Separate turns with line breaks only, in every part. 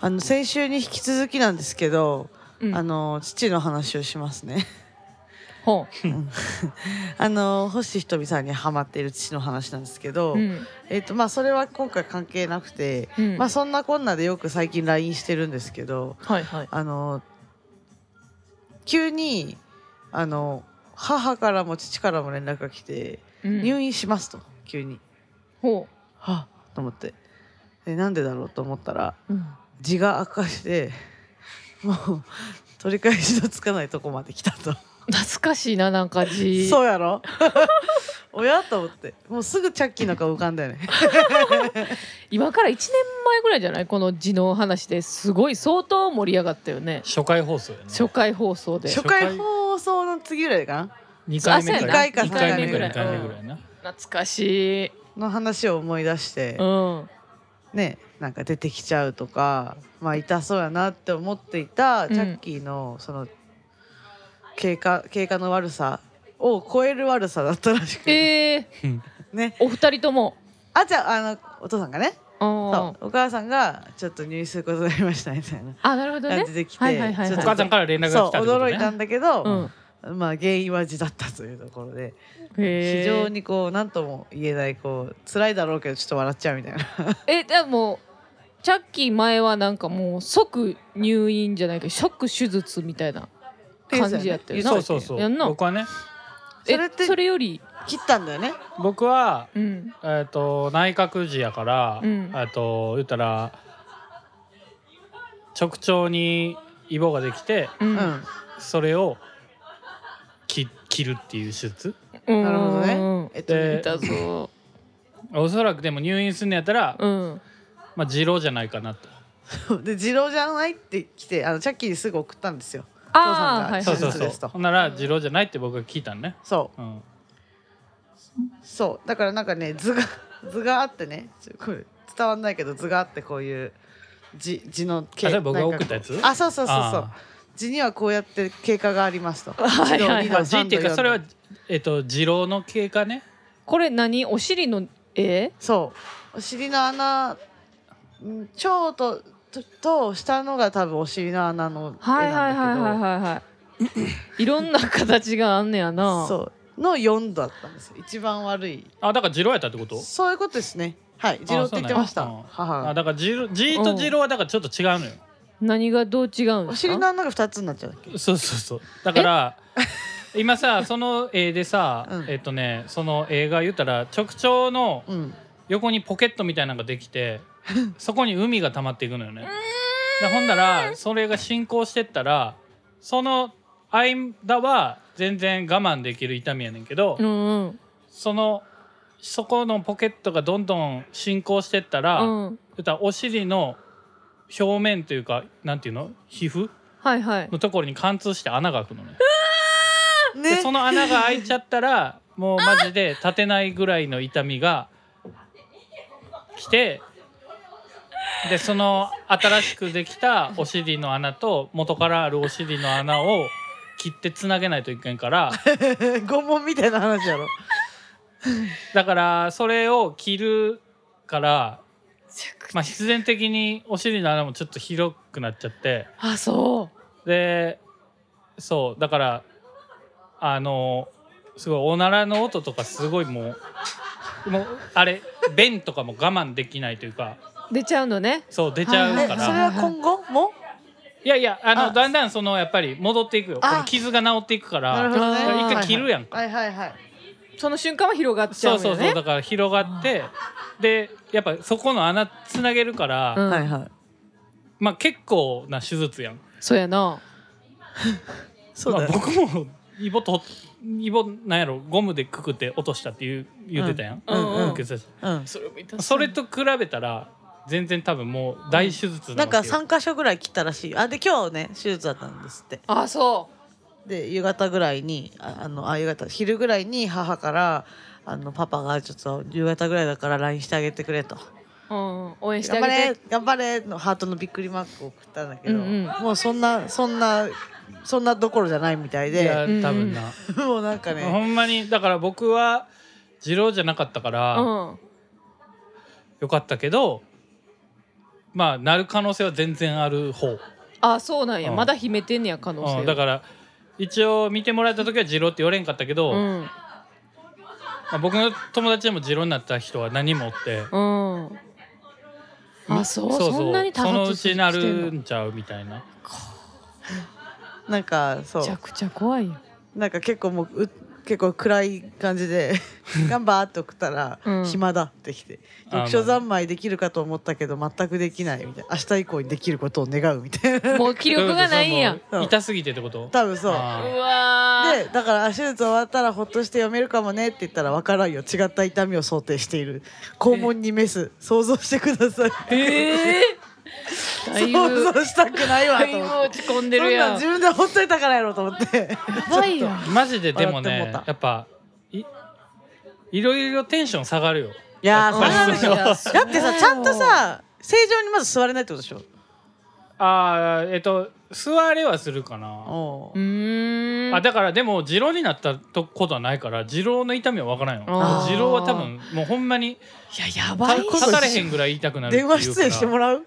あの先週に引き続きなんですけど、
うん
あの父の話をしますね
ほ
あの星ひとみさんにハマっている父の話なんですけど、
う。うん。
えっとまあ、それは今回関係なくて、
うん
まあ、そんなこんなでよく最近 LINE してるんですけど
はいはい。
あの急にあの母からも父からも連絡が来て
うん
入院しますと急に
ほ
はあと思ってでなんでだろうと思ったら
う。
字が悪化してもう取り返しのつかないとこまで来たと
懐かしいな、なんか字。
そうやろ おやと思ってもうすぐチャッキーの顔浮かんだよね
今から一年前ぐらいじゃないこの字の話ですごい相当盛り上がったよね。
初回放送よね
初回放送で。
初
懐
回放送の次ぐらいか
2回目
あそうやな
2回
二
目
回目
ぐ
ぐ
ら
らい
い2回目ぐらいな
かしい。
なの話を思い出して、
うん。
ねなんか出てきちゃうとかまあ痛そうやなって思っていた
う
チ
ん
ャッキーのその経過経過の悪さを超える悪さだったらしくて、
ええ
ね
お二人とも。
あじゃああのお父さんがね
うん
そ。うお母さんがちょっと入院することになりましたみたいな
あ、なるほどね
感じ。で来て、
はいはいはいはい
ちょ
お
っと
母さんから連絡が来たって
そ
こ
う
と
驚いた
ね
んだけど、
うん。
まあ原因は字だったというところで、
へえ
非常。にこう何とも言えないこう辛いだろうけどちょっと笑っちゃうみたいな
え、でも。チャッキー前はなんかもう即入院じゃないけど即手術みたいな 感じやったよな
そうそうそう
やんな
僕はね
そ
え
れって
それより
切ったんだよね
僕は
うん
えっと内閣時やから
うん
えっと言ったら直腸にイボができて
う
うんん、
それを切切るっていう手術
うん
なるほどね、
うん
えっとね
で
いたぞ
おそらくでも入院するんのやったら
うん
まあ次郎じゃないかなと
で「二郎じゃない?」って来てあのチャッキーにすぐ送ったんですよ
ああ
お
はい
父さが
そうんそ
手術
うそ
ですと
うほんなら次郎じゃないって僕が聞いたのね
そ
うん
うそうだからなんかね図が 図があってねちょこれ伝わんないけど図があってこういう字字の形
あそれ僕が
なんか
送ったやつ
あそうそうそうそう
あ
字にはこうやって経過があります と
はいはいはい
一
ま
度
あ
二度
字ってい
三
う
度
かそれは
四度
えっと次郎の経過ね
これ何お尻の絵
そうお尻の穴ん腸ととと下のが多分お尻の穴の絵
はいはいはいはい
なんだ
はいはいいろんな形があんねや
け
な
どそうの4だったんですよ一番悪い
あだから次郎やったってこと
そういうことですねはい次郎って言ってまし
あ
た
そうなんや
母
あ
が
だからじろじーとじろはだからちょっと違うのよ、
何がどう違うん
お
です
尻
か
の穴が2つになっちゃうだっけ
そうそうそうだから今さその絵でさ、
うん
えっとねその映画言ったら直腸の
うん
横にポケットみたいなのができ てそこに海が溜まっていくのよねだほんだらそれが進行してったらその間は全然我慢できる痛みやねんけど、
うんうん
そのそこのポケットがどんどん進行してったら、
うん
言ったらお尻の表面というかなんていうの皮膚
はいはい
のところに貫通して穴が開くのねで
ね
その穴が開いちゃったらもうマジで立てないぐらいの痛みが来てでその新しくできたお尻の穴と元からあるお尻の穴を切ってつなげないといけんから
拷問みたいな話やろ
だからそれを切るから、ま
ま
あ、必然的にお尻の穴もちょっと広くなっちゃって。
あそ
でそうだからあのすごいおならの音とかすごいもうもうあれ便とかも我慢できないというか
う出ちゃうのね
そう出ちゃう
え
か
それ
ら
は今後も
いやいやあの
あ
だんだんそのやっぱり戻っていくよ
あ
この傷が治っていくか
なるほ
ら
どね
だから
一回切るやん
はいはいはい
その瞬間は広がっちゃ
そうう
の
そ
よ
うそう
ね
だから広がってでやっぱそこの穴つなげるから、
うん
はいはい
まあ結構な手術やん
そうやな
そうだよ
まあ、僕もイボとイボなんやろゴムでくくって落としたって言う言ってたやん、
うんうんうん
受けさせて
うん
それも痛
それと比べたら全然多分もう大手術
な
なん
か
わけよ
3箇所ぐらい切ったらしいあで今日ね手術だったんですって
あそ
で夕方ぐらいにああのあ夕方昼ぐらいに母からあのパパがちょっと夕方ぐらいだから LINE してあげてくれと
ううんうん応援して
頑
あ
張
げ
れ
て
頑張れのハートのびっくりマークを送ったんだけど、
うんうん
もうそんなそんなそんなどころじゃないみたい
い
で
や
うんうん
多分な、
もうなんかね
ほんまにだから僕は二郎じゃなかったか
う
ら
ん
よかったけど、まあなる可能性は全然ある方、
あそうなんや、
うん
まだ秘めてんねや可能性
うん、だから一応見てもらえた時は次郎って言われんかったけど、
う
ま
ん
あ、僕の友達でも次郎になった人は何人もおって
うんあそうそんなに多
その
発
う
して
ち
ん
な
の
るんちゃうみたいな
なんかそ
め
う
ちゃくちゃ怖いよ
なんか結構もうう結構暗い感じ で「頑張」って送ったら
う
「
ん
暇だ」ってきて「
あー
読書三昧できるかと思ったけど全くできない」みたいな「明日以降にできることを願う」みたいな
もう気力がないんや
どううことそれはもう痛すぎてってこと
多分そう
あー
うわー
でだから手術終わったらほっとして読めるかもねって言ったら分からんよ違った痛みを想定している肛門にメス想像してください
ええー、 だい
想
ぶ
像したくないわ
だ
と
いぶ
思って
落ち込んで
そ
る
んなん
やん
自
や
分でほっといたからやろうと思って
ばいやん
マジででも
笑って
ね
もうた
やっぱいいろいろテンション下がるよ
いやー
やっぱり
下がるよ
いや そう
だってさちゃんとさ正常にまず座れないってことでしょ
あーえっと座れはするかな、
お
う
う
ーん
あだからでも二郎になったとことはないから二郎の痛みは分からんよ
あ
ー
二郎は多分もうほんまに
いややば
た
い
こ
立たれへんぐらい痛くなるってい
電
うから
話出演してもらう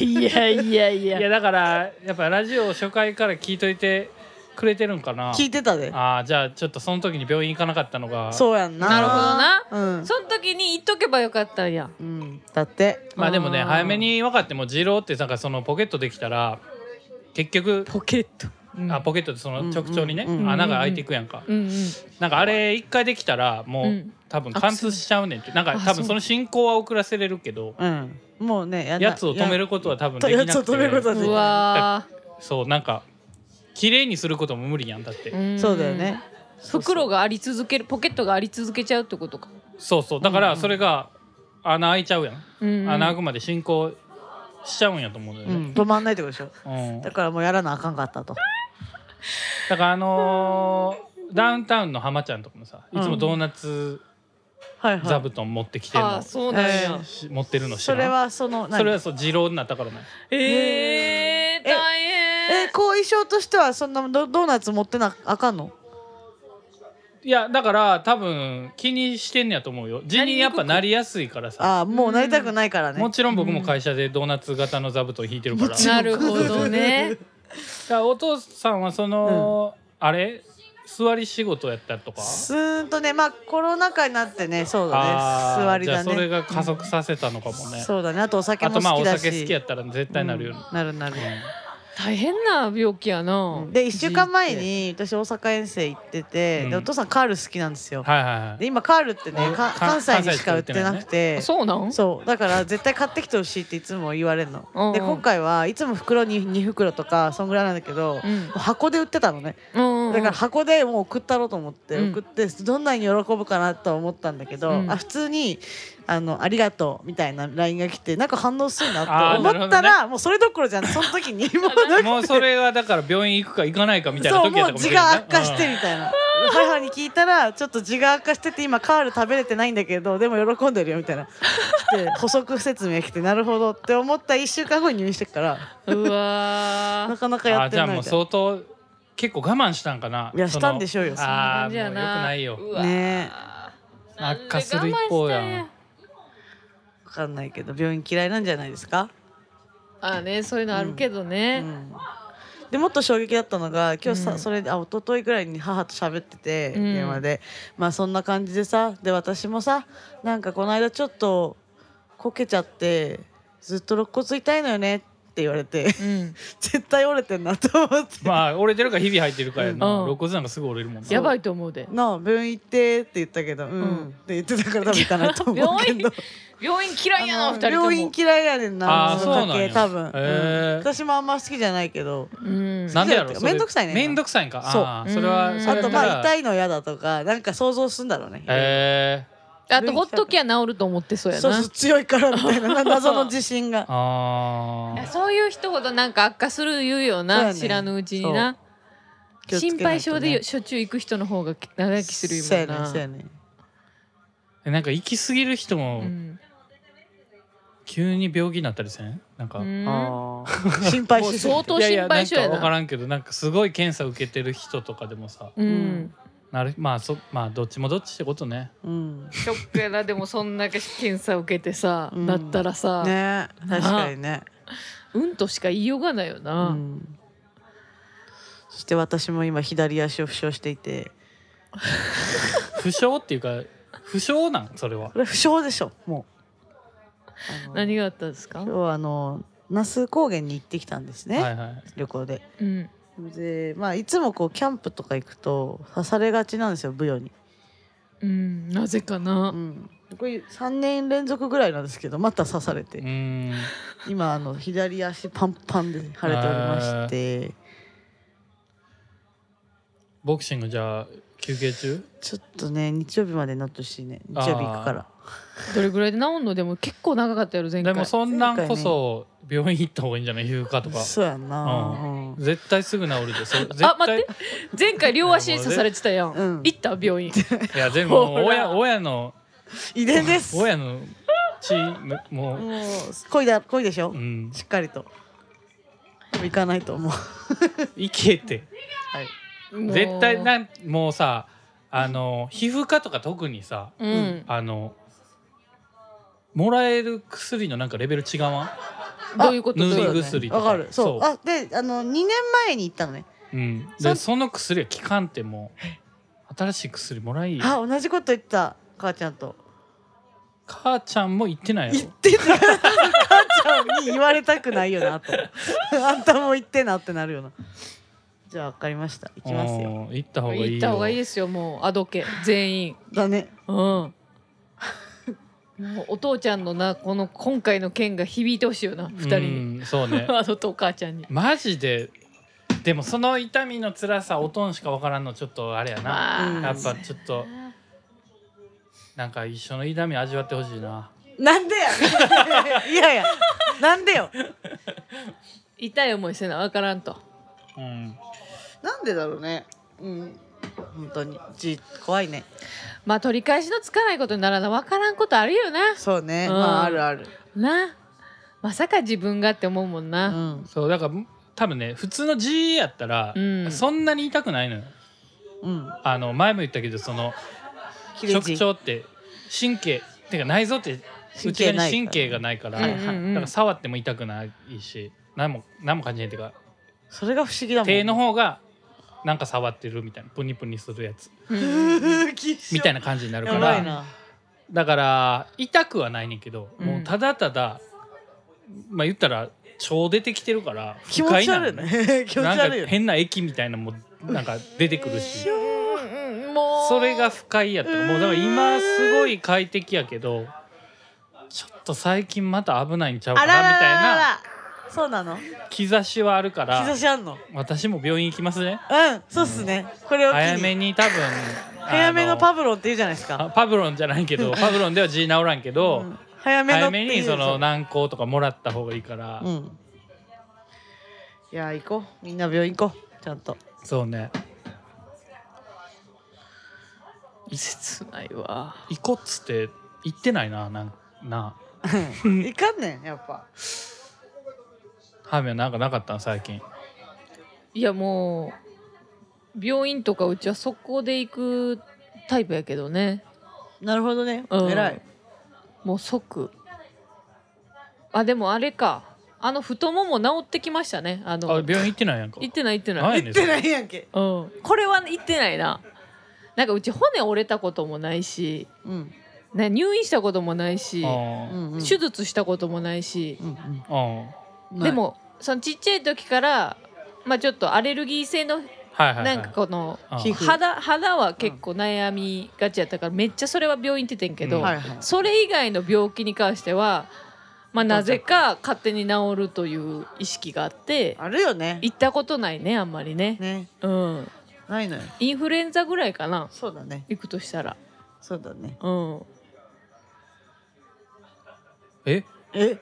いやいやいや
いやだからやっぱラジオ初回から聞いといてくれてるんかな
聞いてたで
あーじゃあちょっとその時に病院行かなかったのが
そうやんな
なるほ
どな
その時に言っとけばよかったやん
うん、うん、だって
まあでもね
あー
早めに分かっても二郎ってなんかそのポケットできたら結局
ポケット、うん、
あポケットってその直腸にね、
うんうんうん
うん
穴が開いていくやんか、
うんうん
なんかあれ一回できたらもう、
うん
多分貫通しちゃうねんってなんか
あ
多
そ
分
う
その進行は遅らせれるけど
うんもうねやんな
やつを止めることは多分でき
や
な
やつを
く
止めること
て
はでき
う
な
わ
そうなんか綺麗にすることも無理やんだって、
ー
い
ん
そうだよね
袋があり続けるポケットがあり続けちゃうってことか、
そうそうだか
うん
ら
うん
それが穴開いちゃうやん、
うんうん
穴開くまで進行しちゃうんやと思うんだよ
う
ね
ん、、止まんないってことでしょ
うん
だ
だか
からもうやらなあかんかったと
らあのーダウンタウンの浜ちゃんとかもさいつもドーナツ
はい
座
はい
布団持ってきてんの、
あーそうなんや、
し持ってるの知
そ
らん
れはその何
それはそう二郎になったからね
ええー、大変
え後遺症としてはそんなドドーナツ持ってなあかんの
いやだから多分気にしてんねやと思うよ地にやっぱなりやすいからさ
ああもうなりたくないからね
もちろん僕も会社でドーナツ型の座布団引いてるから,、だか
なるほどね
らお父さんはその、あれ座り仕事やったとか
すーんとねまあコロナ禍になってねそうだ
あ
ね
ー
座りだ
じゃあそれ
ね
が加速させたのかもね、
そうだねあとお酒
あ
も
とまあ
好き
お
だし
酒好きやったら絶対なるよね、
うんなるなる、
大変な病気やな、
で1週間前に私大阪遠征行ってて、
うん
でお父さんカール好きなんですよ、
はいはいはい
で今カールってねか
か
関西にしか売ってなくて
そうなん
そうだから絶対買ってきてほしいっていつも言われるの、
うんうん
で今回はいつも袋に2袋とかそんぐらいなんだけど、
うん
箱で売ってたのね
うんうん
だから箱でもう送ったろうと思って
うん
送ってどんなに喜ぶかなとは思ったんだけど、
うん
あ普通にあの「ありがとう」みたいな LINE が来てなんか反応するな
あ
と
ーなる
思
ほ
った
どね
ら、もうそれどころじゃんその時にもう なんか
もうそれはだから病院行くか行かないかみたいな
そう
時や
も
っ
う
たかもし
字
れな
が
いね
悪化してみたいな。母に聞いたらちょっと字が悪化してて今カール食べれてないんだけどでも喜んでるよみたいな来 て補足説明来てなるほどって思った1週間後に入院してっから
う
な
わ
かなか
うん
や
あ
って
じゃあ
ない
もう
みたいな
相当結構我慢したんかない
や
そ
し
の
たんで しょうよそん
ああ
ー
もうよくないよ
うわー
ね
なんで
悪化する一方やん
我慢したん
分かんないけど病院嫌いなんじゃないですか
あーねそういうのあるけど
う
ね
んでもっと衝撃だったのが今日さ、
うん
それであ一昨日ぐらいに母と喋ってて、
うん
電話でまあそんな感じでさで私もさなんかこの間ちょっとこけちゃってずっと肋骨痛いのよねって言われて
うん
絶対折れてんなと思って、
まあ折れてるか日々入ってるかやな
うん
肋骨なんかすぐ折れるもんな
やばいと思うで
なあ病院行ってって言ったけどうん、
うん
って言ってたから多分行かないと思うけ
い
ど
や 病院嫌いやな
あの
二人とも
病院嫌いやねんな
あー
の
そうなんや
多分、
へ
うん
ー
私もあんま好きじゃないけど
うん
なんでやろ
好きだよ
それ
めんどくさいね
めんどくさいんか
そう
ああ
うん
それはそ
あ
れ
とまあ痛
い
いの嫌だとかなんか想像すんだろうね、
ええ
あとほっときゃ治ると思ってそうや
そう
な
そう強いからみたい な謎の自信が
あ
いや
あ
そういう人ほどなんか悪化する言うよ
そう
な
やね
知らぬうちにな
気をつけない
心
とね
配性でしょっちゅう行く人の方が長生きする
そうや
よ
ね
な
そうやね
なんか行き過ぎる人も
うん
急に病気になったりせんなんか
うん
あー心配
もう
しすぎ
相
て
当
いやい
心
やな
配
ん
性
か
や
分か
な
らんけどなんかすごい検査受けてる人とかでもさ
うん
なるまあそまあどっちもどっちってことね
うん、
ショックやなでもそんな検査受けてさ、
うん
だったらさ、
ね確かにね、
うんとしか言いようがないよ
う
な、
ん、そして私も今左足を負傷していて
不詳っていうか不詳なんそれは
これ負傷でしょもうあの
何があったんですか
今日はあの那須高原に行ってきたんですね、
はいはい
旅行で
うん
でまあいつもこうキャンプとか行くと刺されがちなんですよブヨに、
うんなぜか
う
な、
ん、これ3年連続ぐらいなんですけどまた刺され
う
て
ーん
今あの左足パンパンで腫れておりまして
ボクシングじゃあ休憩中
ちょっとね日曜日までになってほしいね日曜日行くから
どれぐらいで治んのでも結構長かったやろ前
で
回
もそんなんこそ病院行った方がいいんじゃない皮膚科とか
そうやんな
絶対すぐ治るでそ絶対
あ待って前回両足刺されてたやん、
うん
行った病院
いや全部もう
ほ
親
ら
親の
遺伝ですもう
親の血のも
恋だ恋でしょ、
う、うん、
しっかりとでも行かないと思う
生きて
はい
もう
絶対なんもうさあの皮膚科とか特にさ
うん、
あのもらえる薬のなんかレベル違わん、
どういうこと
あ
どう
塗
い
り
うこと
薬とか
わかるそう
そう
あであの2年前に行ったのね
うん、
そ
でその薬は効かんってもう新しい薬もらい
あ同じこと言ってた母ちゃんと
母ちゃんも言ってないや
言っ
ろ
てた母ちゃんに言われたくないよなと あんたも言ってなってなるよなじゃあ分かりました行きますよ
うん行った方がいいよ
行った方がいいですよもうあどけ全員
だね
うんもうお父ちゃんのなこの今回の件が響いてほしいよな二人に、
うんそ うね
あのとお母ちゃんに
マジででもその痛みの辛さおとんしかわからんのちょっとあれやな
あ
やっぱちょっとなんか一緒の痛み味わってほしいな
なんでや いやいやなんでよ
痛い思いせなわからんと
うん
なんでだろうねうん本当にじ怖いね
まあ取り返しのつかないことにならなわからんことあるよな
そうね、
うん
まああるある
なまさか自分がって思うもん
う
な、
ん
そうだから多分ね普通の G やったら、
うん
そんなに痛くないのよ
うん
あの前も言ったけどその
切れ
直
字
腸って神経っていうか内臓って
神経
内側
な
に
い
神経がないから
はいはい
うんうんうん
だから触っても痛くないし何も何も感じないっていうか
それが不思議だもん
手の方がなんか触ってるみたいなプニプニするやつみたい
な
な感じになるか
やば
ら
いな
だから痛くはないねんけど、もうただただまあ言ったら腸出てきてるから
気持ち
なの
悪いね気持ち
なんか
悪いよね
変な液みたいなのもなんか出てくるし
うんうんもう
それが不快やったもうだから今すごい快適やけどちょっと最近また危ないんちゃうか
あら
な
ら
み
らら
た
らそうなの
いな兆しはあるから
兆しあんの
私も病院行きますね
うんそうっすね、これを機に
早めに多分
早めの
あ
パブロンって言うじゃないです
あ
か。
パブロンじゃないけどパブロンでは G 治らんけど、
うん早めの
早
って
め
いう
にその軟膏とかもらった方がいいから、
うん。いや行こうみんな病院行こうちゃんと。
そうね
切ないわ
行こうっつって行ってないななんな
行かんねんやっぱ。
ハミはなんかなかったん最近
いやもう病院とかうちは速攻で行くタイプやけどね
なるほどね。
うん
偉い。
もう即あでもあれかあの太もも治ってきましたねあ
あ
の
病院行ってないやんか
行ってない行ってない、
ない
行ってないやんけ。
うん、これは行ってないななんかうち骨折れたこともないし、
うん
ね、入院したこともないし
う
あ
んうん。
手術したこともないし
う、ん
あうん
うん。
でもそのちっちゃい時からまあちょっとアレルギー性の
はいはい、はい、
なんかこの
うん
皮膚
肌肌は結構悩みがちやったからめっちゃそれは病院行っててんけど、
うん
はいはい。
それ以外の病気に関しては、まあ、なぜか勝手に治るという意識があって
あるよね。
行ったことないねあんまりね
ね
うん
ないのよ。
インフルエンザぐらいかな
そうだね。
行くとしたら
そうだね。
うん
え
え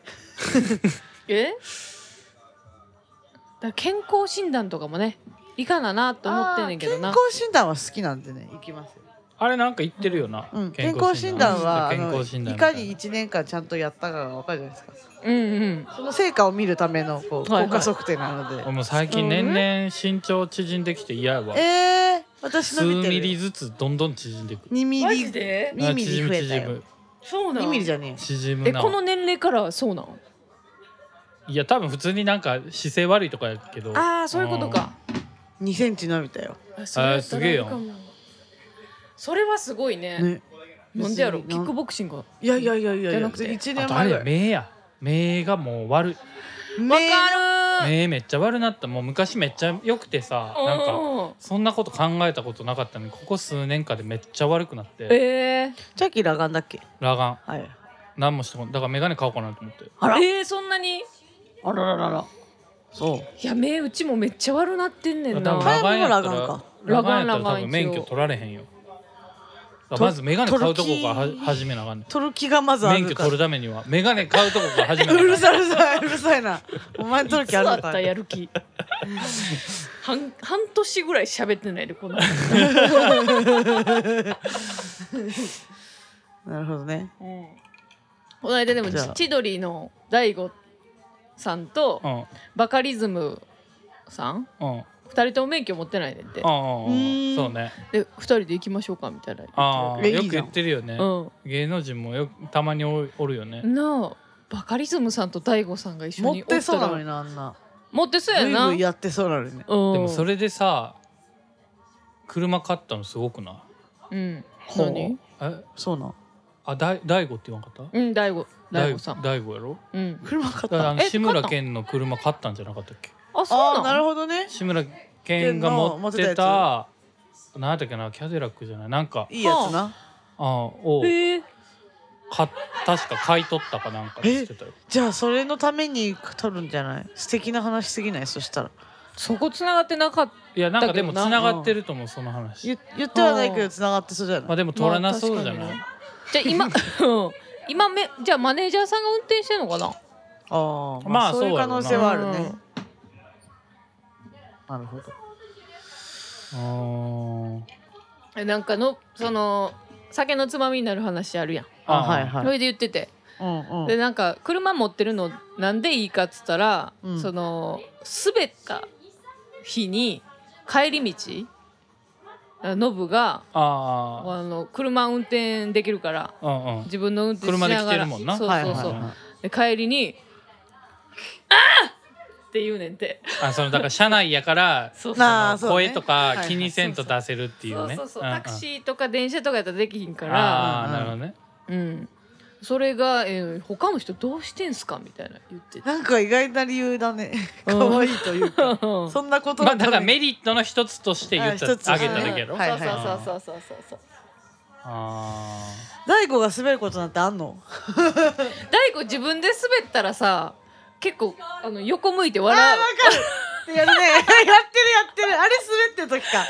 えだから健康診断とかもねいかななと思ってんねんけど
あ
な
ー健康診断は好きなんでね行きますよ。
あれなんか言ってるよな、
うん。健康診断はあ
健
の
康診断
い
みた
か
い
に
な
一年間ちゃんとやったかがわかるじゃないですか。
うんうん
その成果を見るためのこう
はい
効果
はい
測定なので。
もう最近年々身長縮んできて嫌やわ、
え私
数
の見て
ミ
る
リ
よ
ずつどんどん縮んでいく
2ミ
マ
リ
ジで
2ミリ
縮
増
む
えた
縮
よ
む
そうなん
2ミリじゃね
縮む
え
な
この年齢からそうなん
いや多分普通になんか姿勢悪いとかやけど
ああそういうことか
え2センチ伸びたよ
あそれやった
す
ら
げえよ
あるかもそれはすごいね
ね
なんでやろ
別
キ
に
ックボクシングわ
いやいやいやいやい
じゃ
や
なくて
1
うんあ
年
とあ
前
れ
ぐ
や
らい
目や目がもう悪い
目
かる
目めっちゃ悪なったもう昔めっちゃ良くてさなんか
うん
そんなこと考えたことなかったのにここ数年間でめっちゃ悪くなって
えー
チャキラガンだっけ
裸眼
はい
何もしてこんだから眼鏡買おうかなと思って
あら
えーそんなにい
あららららそう
や目うちもめっちゃ悪なってんねん
多分
な
あ
裸眼やったら
裸眼か
裸眼やったら多
裸眼一応
分免許取られへんよだから
と
まず眼鏡買うとこから
取る
は
気
始めなあかんねん
取る気がまずあ
免
る
許
から
取るためには眼鏡買うとこから始め
う
な
る
あかん
さいうるさいうるさいな お前の取る気あ
そ
る
うだっ
の
た
か
やる気 半半年ぐらい喋ってないでこの
なるほどね
うんこの間でも
じゃあ
千鳥の大悟さんとバカリズムさん
うんうん
二人とも免許持ってないねんて
うんうんうんそうね
で二人で行きましょうかみたいな言って
ああ
えいい
よ
じ
く
ゃ
言
ん
ってるよね
う
芸能人もよくたまにおおるよね
んなあバカリズムさんと大悟さんが一緒
持っ
におた
て
ら
そうなのになあんな
持ってそう
ぐ
や
い
な
ぐいやってそうなのにね
うん
でもそれでさ車買ったのすごくない
うん
ほう
何
え
そうなん
あだい大悟って言わんかった
うん大悟大悟さん
大悟やろ
うん
車買っ
だから
た
あ
あ
の
え
志
買っ
村
たん
けんの車買ったんじゃなかったっけ
あそう
あ
な
ー
ん
なるほどね
志村けんが持って
けんの持
た何やったっけなキャデラックじゃないなんか
いいやつな
ああを
へえ
買っ確か買い取ったかなんかしてたよ
じゃあそれのために取るんじゃない素敵な話すぎないそしたら
そこ繋がってなかった
いやなんかでも
だけど
繋
な
がってると思うその話
言言ってはないけど繋がってそうじゃ
ま
な
あ
い
でも取らなそうじゃ
ま
な
あ確か
い
になじゃあ今うん今めじゃあマネージャーさんが運転してんのかな
ああ
ま
ま
あ
あそういう
そう
可
やろう
能
な
性はあるねなるほど
うーん
えなんかのその酒のつまみになる話あるやん、
あはいはい
それで言ってて
うんう
で
ん
なんか車持ってるのなんでいいかっつったら、
うん
その滑った日に帰り道あノブが
あ
あの車運転できるから
あうんうん
自分の運転しながら
車で来てるもんな
そう
はい
そ
は
う
い
そう、
は
で帰りに「ああ!」って言うねんて
あそのだから社内やから
そう
いなあ
そ
そ
の
うね
声とか気にせんと出せるってい
そうう
ね
そうそう、
んん
タクシーとか電車とかやったらできひんから
ああなるほどね
うんそれが、えー他の人どうしてんすかみたいな言って
い
て
なんか意外な理由だね
うん
可愛いというかそんなことの
まあだから
ため
メリットの一つとして言っちゃ
あ一つ
あげただけやろ
はいはい
そうそうそうそうそう
あ
大悟が滑ることなんてあんの
大悟自分で滑ったらさ結構あの横向いて笑う
ってやるね やってるやってるあれ滑ってる時か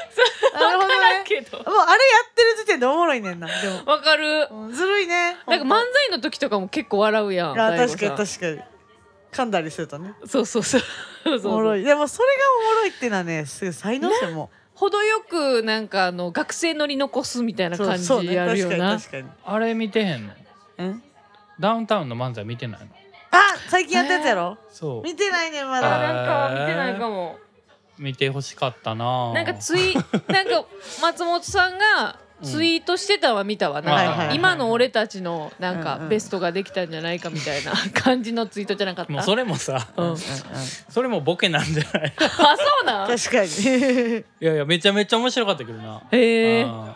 なるほどね
分からんけど
もうあれやってる時点でおもろいねんなで
分かる
も、うんずるいね
なんか漫才の時とかも結構笑うやん
いや
大
確
悟
か
さ
に
ん
確かに噛んだりするとね
そうそうそうそう
お
そ
もろ
う
いでもそれがおもろいってのはねすごい才能者も
程よくなんかあの学生乗り残すみたいな
そう
感
そう
じ
ね
やる
確
よ
かに
な
確かに
ああれ見てへんの
うん
ダウンタウンの漫才見てないの
あ最近やったやつやろ
そ
見てないねんま
あ
に
だ
なんか見てないかも
う見てほしかったな
なんかツイなんか松本さんがツイートしてたんは見た
は
わ、
い
なん
はいは
か
い
今の俺たちのなん
うんう
か
ん
ベストができたんじゃないかみたいな感じのツイートじゃなかった
もうそれもさ
うんあ
うん
それもボケなんじゃない
そうなん
確かに
いやいやめちゃめちゃ面白かったけどな
へえ
うん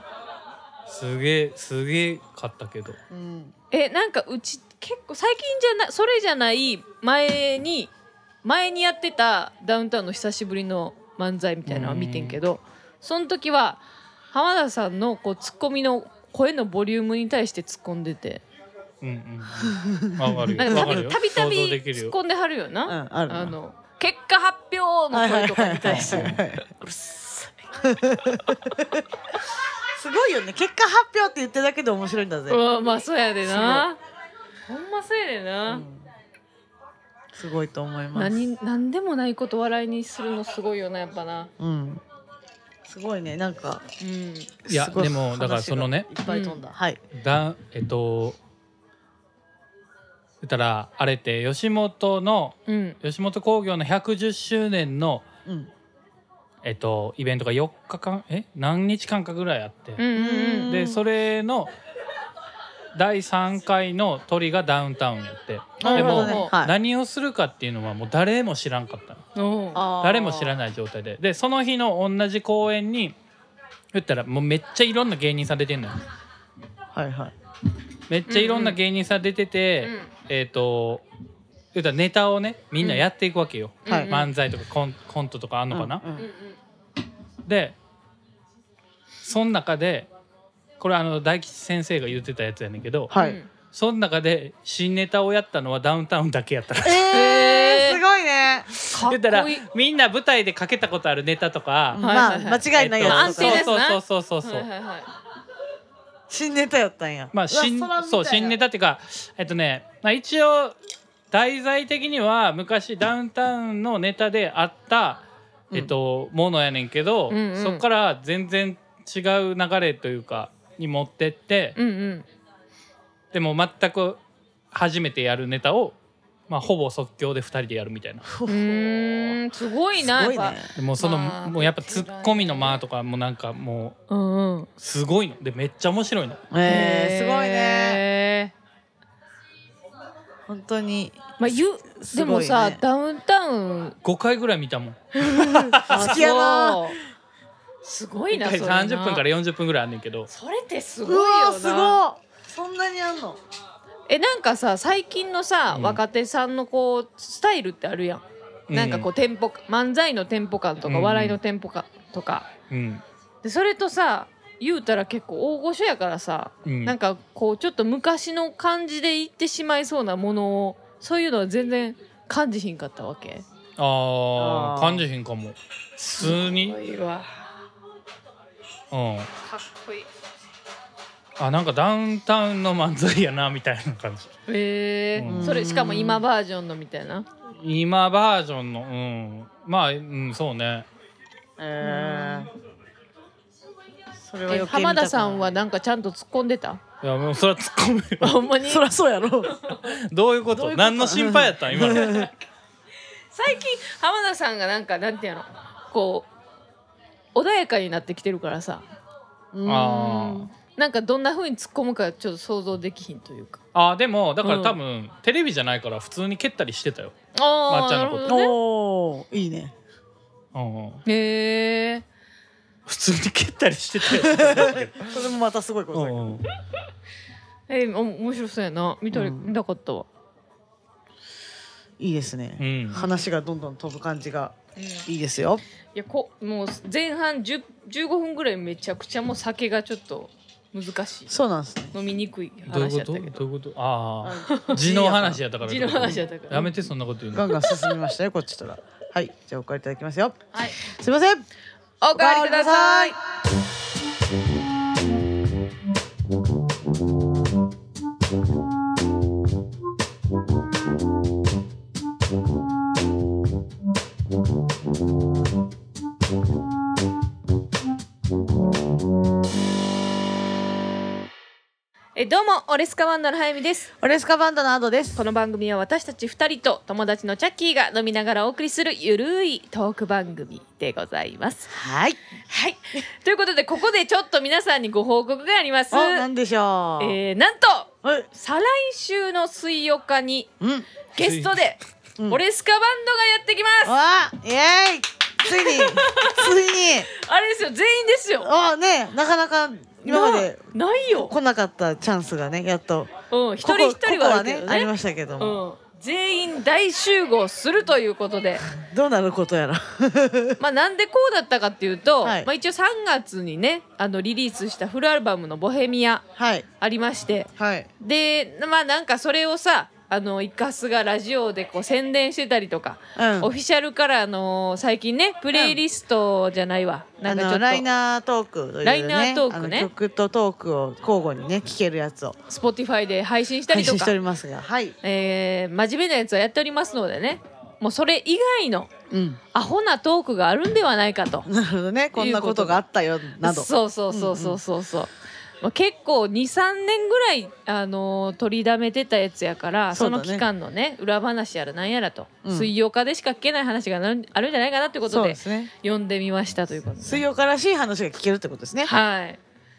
すげえすげえかったけど
うん
えなんかうち結構最近じゃないそれじゃない前に前にやってたダウンタウンの久しぶりの漫才みたいなのは見てんけどその時は浜田さんのこうツッコミの声のボリュームに対して突っ込んでて
うんうんうんわかるよ
なん
わ
かた
かる
び
よ
たびたび
想像できる
突っ
よ
込んではるよ
うん
な、
あるな
あの結果発表の声とかに対して、
はいはいはいはいすごいよね結果発表って言ってるだけで面白いんだぜ、
うんまあそうやでなほんまそうやでな、
うんすごいと思います
何何でもないこと笑いにするのすごいよなやっぱな
うんすごいねなんか
うん
いや
すご
でもだからそのね
話がいっぱい飛んだ、はい
だえっとだからあれって吉本の
うん
吉本興業の110周年の、
うん
えっと、イベントが4日間え何日間かぐらいあって、
うんうんうん
でそれの第3回の鳥がダウンタウンやって
な
で
るほど
も、
ね
も
はい
何をするかっていうのはもう誰も知らんかったの
おう
あー
誰も知らない状態ででその日の同じ公演に言ったらもうめっちゃいろんな芸人さん出てんのよ
はいはい
めっちゃいろんな芸人さん出てて、
うん
えっ、と言ったらネタをねみんなやっていくわけよ、
はい
うん
漫才とかコンコントとかあんのかな、
うんうん
うんうん
でその中でこれあの大吉先生が言ってたやつやねんけど、
はい、
うん
その中で新ネタをやったのはダウンタウンだけやっ たらしい
えー、すごいね、
か
言ったら
っこいい
みんな舞台でかけたことあるネタとか、
ん
ま
はいはいは
あ
い
間違いないやつと
え
か、
っと安定ですね
そうそうそうそうそう、
はいはいはい
新ネタやったんや
まあ新そう新ネタっていうかえっとね、まあ、一応題材的には昔ダウンタウンのネタであった、えっと、ものやねんけど、
うんうん
そこから全然違う流れというかに持ってって、
うんうん
でも全く初めてやるネタを、まあ、ほぼ即興で2人でやるみたいな
うーんすごい
す
なや
ご
っ
い
ぱ
ね
でもうその、
まあ
もうやっぱツッコミの間とかもなんかもう
うんうん
すごいのでめっちゃ面白いの。
えー、すごいね
へ
本当に
ーまあゆ
す
でも
ごいね
さダウンタウン
5回ぐらい見たもん
好きやな
そうすごいなそれな
30分から40分ぐらいあんねんけど
それってすご
う
いよ
わ
な
すごいそんなにあんの
えなんかさ最近のさ、
うん
若手さんのこうスタイルってあるやん、
うん
なんかこうテンポ漫才のテンポ感と
うん
か、
うん
笑いのテンポ感とか
うん
でそれとさ言うたら結構大御所やからさ、
うん
なんかこうちょっと昔の感じで言ってしまいそうなものをそういうのは全然感じひんかったわけ
あ
あ
ー
ー
感じへんかも普通
す
に
ごいわ
うん
かっこいい
あなんかダウンタウンの漫才やなみたいな感じ
えー
うん
それしかも今バージョンのみたいな
今バージョンのうんまあうんそうね
えー、それは
え
余計見たくない
浜田さんはなんかちゃんと突っ込んでた
いやもうそれは突っ込むよ
ほんまに
そりゃそうやろ
どういうこと
どういうこと
何の心配やったん 今の
最近浜田さんがなんかなんていうのこう穏やかになってきてるからさ
あー
なんかどんな風に突っ込むかちょっと想像できひんというか
あーでもだから多
う
分、テレビじゃないから普通に蹴ったりしてたよ、
あ
まっちゃんのこと
うんおーいいね
うんうん
ねへえ
普通に蹴ったりしてたよ
それもまたすごいこと
う
だけど、
んうん
えお面白そうやな見たり、
うん
見たかったわ、
いいですね、
うん
話がどんどん飛ぶ感じがいいですよ
いやこもう前半10 15分ぐらいめちゃくちゃもう酒がちょっと難しい
そうなんですね
飲みにくい
どうい
話
うこ
やった
と
け
ど
ど
ういうことああ字の話やったから
字の話やったから
やめてそんなこと言う
ガ
の
ンガン進みましたよこっちとらはいじゃあお借りいただきますよ
はい
すいません
おかわりくださいえどうもオレスカバンドの早見です
オレスカバンドのアドです
この番組は私たち2人と友達のチャッキーが飲みながらお送りするゆるいトーク番組でございます。
はい
はい、ということでここでちょっと皆さんにご報告があります。
おなんでしょう、
えーなんと
はい
再来週の水曜日に
うん
ゲストで
うん
オレスカバンドがやってきます。
わあイエーイついについに
あれですよ全員ですよ。
あねなかなか今まで
なないよ。
来なかったチャンスがねやっと
うん一
ここ
人一人は
ここ
ある
ね
けど
あり
ね。
ましたけど
う
も、
ん全員大集合するというこ とで。
どうなることやら
まあなんでこうだったかっていうと、
はい
まあ一応3月にねあのリリースしたフルアルバムの「ボヘミア
はい」
ありまして
はい
でまあなんかそれをさあのイカスがラジオでこう宣伝してたりとか、
うん
オフィシャルからあの最近ねプレイリストじゃないわ、な
あ
んかちょっ
の
と
ライナートークというね
ライナートークね
あの曲とトークを交互にね聞けるやつを
Spotify で配信したり
配
と
信し
か
てお、りますがはい
えー真面目なやつはやっておりますのでねもうそれ以外の
うん
アホなトークがあるんではないかと。
なるほどねこんなことがあったよなど
そうそうそうそうそうそう、まあ、結構23年ぐらい、あのー取りだめてたやつやから
そ
そ,、
うだね
の期間のね裏話やらなんやらと、
うん
水曜化でしか聞けない話がなるあるんじゃないかなということ
そう
で
ですね
読んでみましたということで
水曜からしい話が聞けるってことですね
はい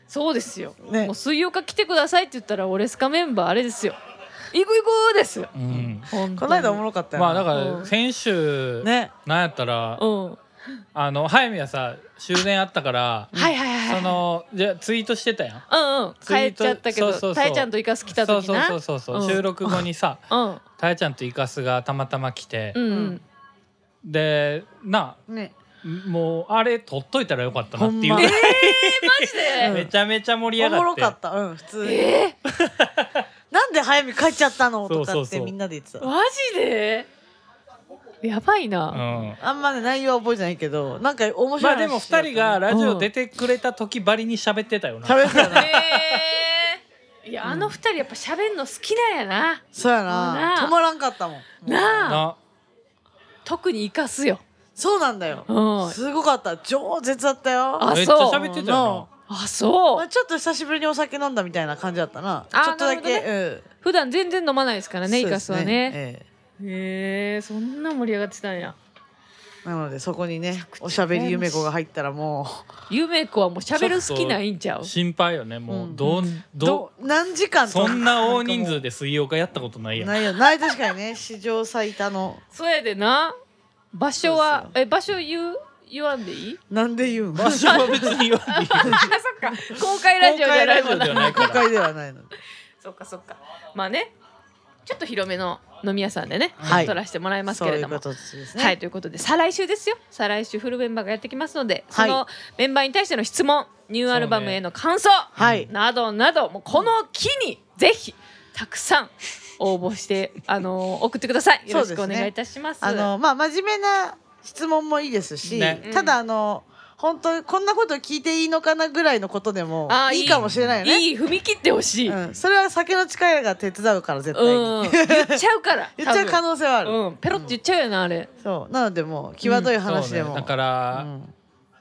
そうですよ、
ね
もう水曜化来てくださいって言ったらオレスカメンバーあれですよ行く行くですよ
うん
本当に
この間おもろかったよ
まあだ
ら
から先週
ね
なんやったら
うん
あの早見はさ終電あったから
はいはいはい
そのじゃあツイートしてたやん。
うんうん
ツイ
帰
ー
っ
ト
ちゃったけど
そうそうそう
たえちゃんとイカス来た
そう
時
そう
な
そうそうそう、
ん
収録後にさ
うん
たやちゃんとイカスがたまたま来て
う、んうん
でな
ね
もうあれ取っといたらよかったなっていう
ほんま
ぐらい
マジで
めちゃめちゃ盛り
お
上
も
が
ろ
っ
かってたうん普通に
え
なんで早見帰っちゃったのと
そ
か
う
っ
そう
て
そう
みんなで言ってた
マジでやばいな、
うん
あんまね内容は覚えてないけどなんか面
ま
白い
あでも二人がラジオ出てくれた時ばりに喋ってたよな、
喋ってたな
えーいやあの二人やっぱ喋んの好きなんやな
そうや
な
な止
あ
まらんかったもん
なあ
な
特に生かすよ
そうなんだよ
うん
すごかった超絶だったよ
あ
めっちゃ
そう
喋ってたよ
あ
ま
そ
あ、
う
ちょっと久しぶりにお酒飲んだみたいな感じだったな
あー
ちょっとだけ、
なるほ普段全然飲まないですか
う
ら
ん
ね
そう
イ
で
カ
す
スはね
え
へえー、そんな盛り上がってたんや
えなのでそこにねおしゃべり夢子が入ったらも
ゆめ子はもう喋る好きないんちゃう
あ心配よねもう、
うん
どう
う
ど
ど何時間
う
と
そんな大人数で水曜化やったことないやん
ないよない確かにね史上最多の
そうやでな場
そ
所は
う
え場所言う言わんでいい
なんで言うん
場所は別に言わんでいい
あそっか公開ラジオじゃないもん
公開ラジオじゃない
な
公
から
開ではないので
そっかそっかまあねちょっと広めの飲み屋さんでね、
はい
撮らせてもらいますけれども
そういうことですね
はいということで再来週ですよ再来週フルメンバーがやってきますので、
はい
そのメンバーに対しての質問ニューアルバムへの感想、
はい
などなどもうこの機にぜひたくさん応募して、あの送ってくださいよろしく
そ
お
うですね
願いいたします
あのまあ真面目な質問もいいですし、
ね
ただあの本当こんなこと聞いていいのかなぐらいのことでも
あー
いいかもしれないよね
いい踏み切ってほしい、う
うんん、それは酒の力が手伝うから絶対に、
言っちゃうから
言っちゃう可能性はあ
多
る、
分うんペロって言っちゃうよなあれ
そうなのでもう際どい話で
そう
も、
ねだから、
うん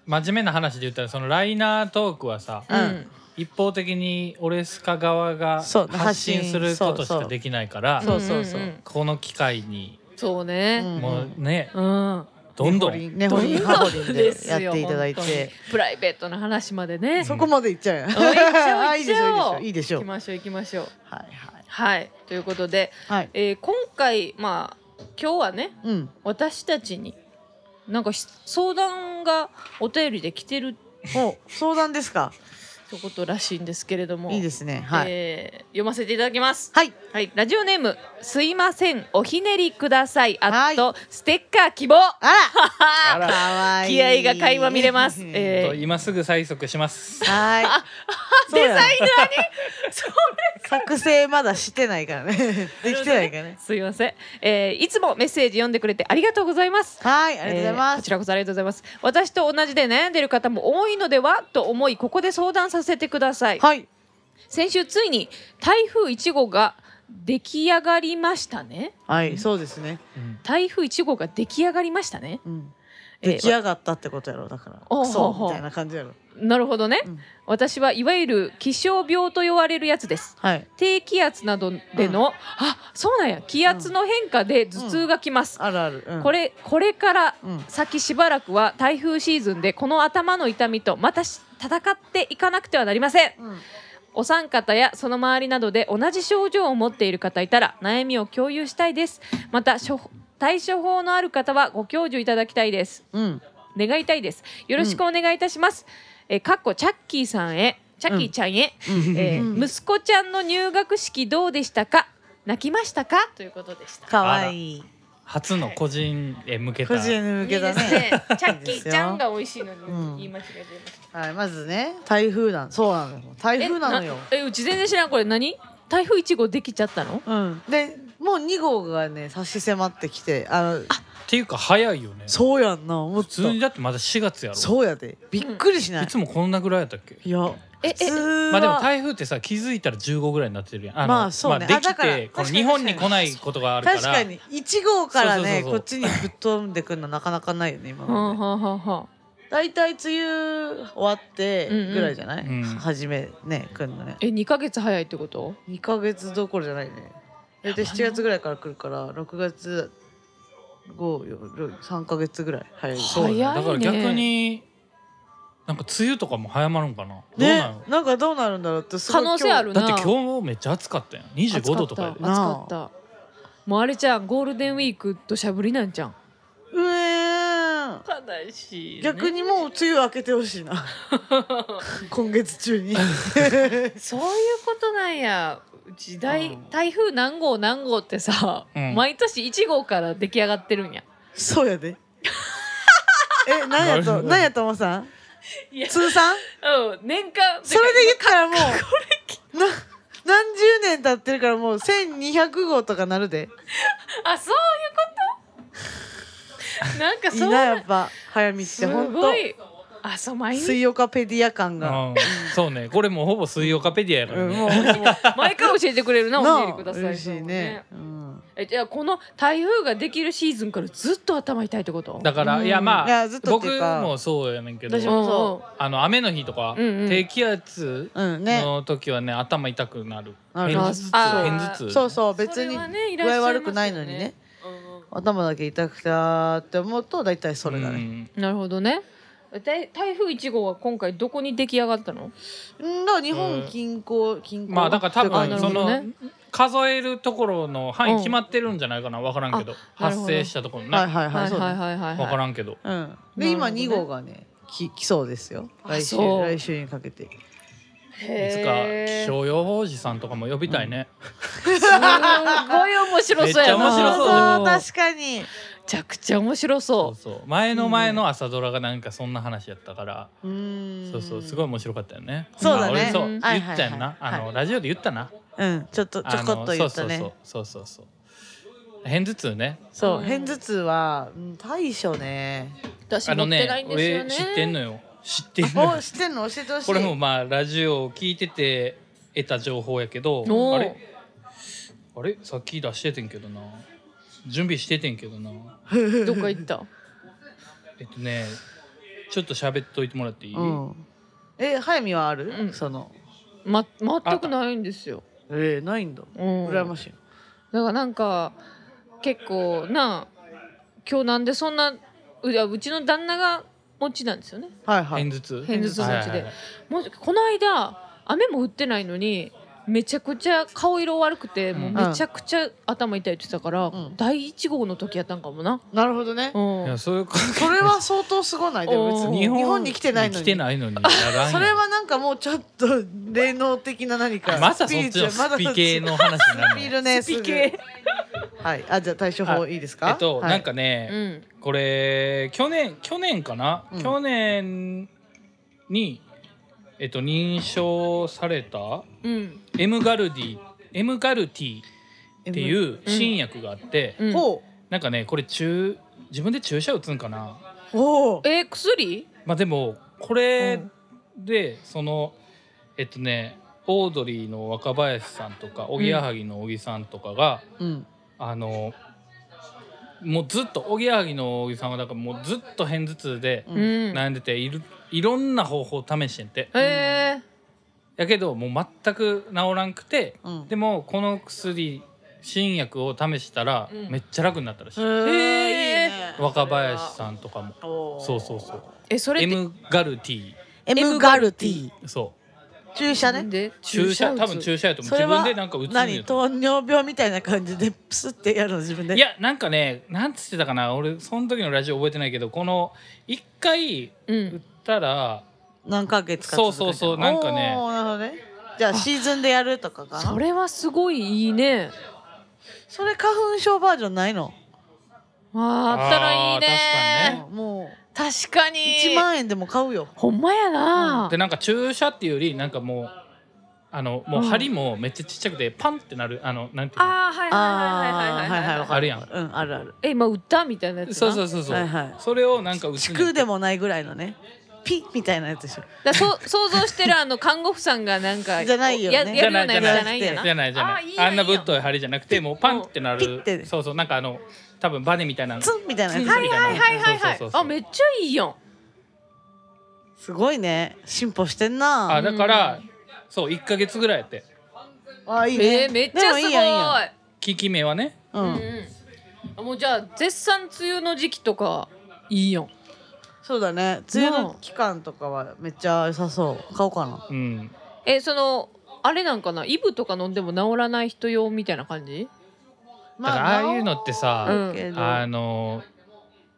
真面目な話で言ったらそのライナートークはさ、
うん
一方的にオレスカ側が
そう
発信することし
そう
か
そう
できないから
そうそうそうん
んん
この機会に
そうね、
うん
もうね、
うん。
どんど
根掘り
ん
根掘り
どんどん
葉掘りで
です
や
よ
っていただい
本当に
て
プライベートな話までね。
そこまでいっちゃうよ、
うん行っちゃおう
あいいでしょういいでしょ ういいでしょう
行きましょう行きましょう。
はいはい
はいということで、
はい
えー今回まあ今日はね
うん
私たちになんかし相談がお便りで来てる
お相談ですか
ってことらしいんですけれども、
いいですねはい、
えー読ませていただきます。
はい
はい、ラジオネームすいませんおひねりくださいあ
はい
とステッカー希望。
あら
あ
か
ら
わいい
気合が垣間見れますえー
今すぐ催促します。
はい そう
デ
や
ザイナーに それ
作成まだしてないから ねできてないからね
すいません、えーいつもメッセージ読んでくれてありがとうございます
はいありがとうござい
えー
ま
こち
す、
らこそありがとうございます私と同じで悩んでる方も多いのではと思いここで相談させてください、
はい
先週ついに台風1号が出来上がりましたね
はいそうですね、
うん
台風1号が出来上がりましたね
うん、
えー
出来上がったってことやろだからク
おうほう
ソ
ほう
みたいな感じやろ
なるほどね、
うん
私はいわゆる気象病と呼ばれるやつです
はい
低気圧などでの、あそうなんや気圧の変化で頭痛がきます、
あるある、うん、
これこれから
うん
先しばらくは台風シーズンでこの頭の痛みとまたし戦っていかなくてはなりません
うん
お三方やその周りなどで同じ症状を持っている方いたら悩みを共有したいですまた処方対処法のある方はご教授いただきたいです
うん
願いたいですよろしくお願いいたします、えかっこチャッキーさんへチャッキーちゃんへ、えー
うん
息子ちゃんの入学式どうでしたか泣きましたかということでした
かわいい
初の個人へ向けた
個。人に向けたね
い いですねチャッキーちゃんが美味しいのに言い間違えてました
はいまずね台風なんそうなのよ台風なのよ
えうち全然知らんこれ何台風1号できちゃったの
うんでもう2号がね差し迫ってきてあの
っていうか早いよね。
そうやんな思っ
普
た
通にだってまだ4月やろ。
そうやでびっくりしない、
いつもこんなぐらいやったっけ。
いや
ええ
普通は、
まあでも台風ってさ気づいたら15ぐらいになってるやん。の
まあそうね
まあ
あ
でき
だから
てこの
確かに
日本に来ないことがあるから。
確かに1号からね
そうそうそうそう
こっちにぶっ飛んでくるのなかなかないよね今
は
ま
あ
で、
はあはあはあ
大体梅雨終わってぐらいじゃない、
うんうん
初めね来るのね
え二ヶ月早いってこと
2ヶ月どころじゃないね大体7月ぐらいから来るから6月53ヶ月ぐらい早い
そうだ,、ね、
早いね
だから逆になんか梅雨とかも早まるんかな、どう
ね
なの
なんかどうなるんだろうってすごい
可能性ある
だっ
な
て今日めっちゃ暑かったよ25度とかやで
暑かった暑かったもうあれじゃんゴールデンウィークとしゃぶりなんじゃん
今日うえー
悲しい、
逆にもう梅雨明けてほしい な今月中に
そういうことなんやうち大
うん
台風何号何号ってさ、
うん
毎年1号から出来上がってるんや
そうやでえなんや
なるほ
と
ど
なんやともさん
いや
通算
うん年間
それで言ったらもうな何十年経ってるからもう1200号とかなるで
あそういうことなんか
いい
そう
な
な
やっぱ早見っ
す
てほんと
ごいあそう毎
水曜カペディア感が、
うんそうねこれもうほぼ水曜カペディアやから
うん、
ね、
もう
毎回教えてくれるな教えてください
嬉しいね、うん、
えじゃあこの台風ができるシーズンからずっと頭痛いってこと
だから、
うん
いやまあ
いやずっとって
僕
いうか
もそうやねんけど
私もそ
あの雨の日とか、
うんうん
低気圧
うんね
の時はね頭痛くなる
な
片
る
頭痛
あ
片頭痛
そうそう別に
それはねいら
具
っしゃい
合
ますよね
悪くないのにね
うん
頭だけ痛くてあーって思うと大体それだね、
ん
なるほどね台台風1号は今回どこに出来上がったの
うん、だから日本近郊近郊
まあだから多
って感
分
じ
その、
なるほどね
数えるところの範囲決まってるんじゃないかな分からんけど
なるほど
発生したところね、
はいはいは
はいい
そう
はい
だね
はいはい
分から
はい
んけど
うん
な
で
る
今
ほどね
2号がねき来そうですよ
あ
来週
そう
来週にかけ て
いつか気象予報士さんとかも呼びたいね、
すごい面白そうやな
めっちゃ面白そう
あー
だ
確かに
めちゃくちゃ面白
そ
そう
そう前の前の朝ドラがなんかそんな話やったから、
うーん
そうそうすごい面白かったよね
そうだね
まあ俺そう
うん
言っ
はいはいはい
たやんなあ
は
の
い
ラジオで言ったな
うんちょっとちょこっと言ったね
あのそうそうそうそうそうそう偏頭痛ね
そう
うん
片頭痛はうん大将ね
私
あ
持
の
ってないんですよ
俺
ね
知ってんのよ知ってんのよ
お知ってんの教えてほしい
これもまあラジオを聞いてて得た情報やけど
おー
あれあれさっき出しててんけどな準備しててんけどな
どっか行った
えっとねちょっと喋っといてもらっていい、
うんえ早見はある、
うん
その
ま全くないんですよ
えー、ないんだ、
うん
羨ましい
だからなんか結構な今日なんでそんなういやうちの旦那が持ちなんですよね
はいは
偏
い
頭痛
偏頭痛持ちで
はいはいはい
もうこの間雨も降ってないのにめちゃくちゃ顔色悪くて、
うん
もうめちゃくちゃ頭痛いって言ってたから、
ん
第1号の時やったんかもな、
なるほどね
うん
いやそういうこ
それは相当すごないでも別
お
と
ー
に日本に来てないの
来
に
てないのにやらん やん
それはなんかもうちょっと霊能的な何か
まさそっちのスピ系の話にな
ス
る
ピ
の
るね
スピ系
すぐはいあじゃあ対処法いいですか
えっと、
はい
なんかね、
うん
これ去年去年かな、
うん
去年に、えっと、認証された
うん
エムガルディエムガルティっていうう新薬があって、
うん
ほ
なんかねこれ中自分で注射打つんかな
うほう
えー薬
まあでもこれで、そのえっとねオードリーの若林さんとかおぎやはぎの小木さんとかが、
うん
あのもうずっとおぎやはぎの小木さんはだからもうずっと片頭痛で
う
うん、
悩んでているいろんな方法を試してんて
え
やけどもう全く治らんくて
うん
でもこの薬新薬を試したら
うん
めっちゃ楽になったらしい、
ー
へー
いいね
若林さんとかも
おー
そうそうそう
ー、えそれって
M ガルティ
M ガルティ
そう
注射ね
で
注射多分
射
注射やと思
そうれ
自
は
分でなんか打つん
何
やと思
糖尿病みたいな感じでプスってやるの自分で
ういやなんかねなんつってたかな俺その時のラジオ覚えてないけどこの一回
打つう
打っ
ん
たら
何ヶ月か続く
そうそうそうなんかね
おーなるほどねじゃあシーズンでやるとかかな
それはすごいいいね
それ花粉症バージョンないの
あーあったらいいね
も
確かに
う1万円でも買うよ
ほんまやな
でなんか注射っていうよりなんかもうあのもう針もめっちゃちっちゃくてパンってなるあのなんていうの
あーはい
あー
はいはいはいは
わ
いはい
か
あるやん
うんあるある
え今打ったみたいなやつな
そうそうそうそう、
はいはい
それをなんか打つ
地
ねん
区でもないぐらいのねピッみたいなやつでしょ
だそう想像してるあの看護婦さんがなんか
じゃないよね
ややるようなやつじゃないんやな
じゃないじゃないあ
ーいいや
んなぶっとい針じゃなくてもうパンってな
ピッ
る
て
そうそうなんかあの多分バネみたいなの
ツンみたいなや
ツン
つ
み
は
た
い
い
はいはいはい
な
はいあめっちゃいいやん
すごいね進歩してんな
あだから、そう1か月ぐらいやって
あいいね、
えー、めっちゃす
でも
ごい
いいやんいいや
効き目はね
んうん、
うん、もうじゃあ絶賛梅雨の時期とかいいよ
そうだね梅雨の期間とかはめっちゃ良さそう買おうかな
うん
えそのあれなんかなイブとか飲んでも治らない人用みたいな感じ
だからああいうのってさ、
うん
けど
あの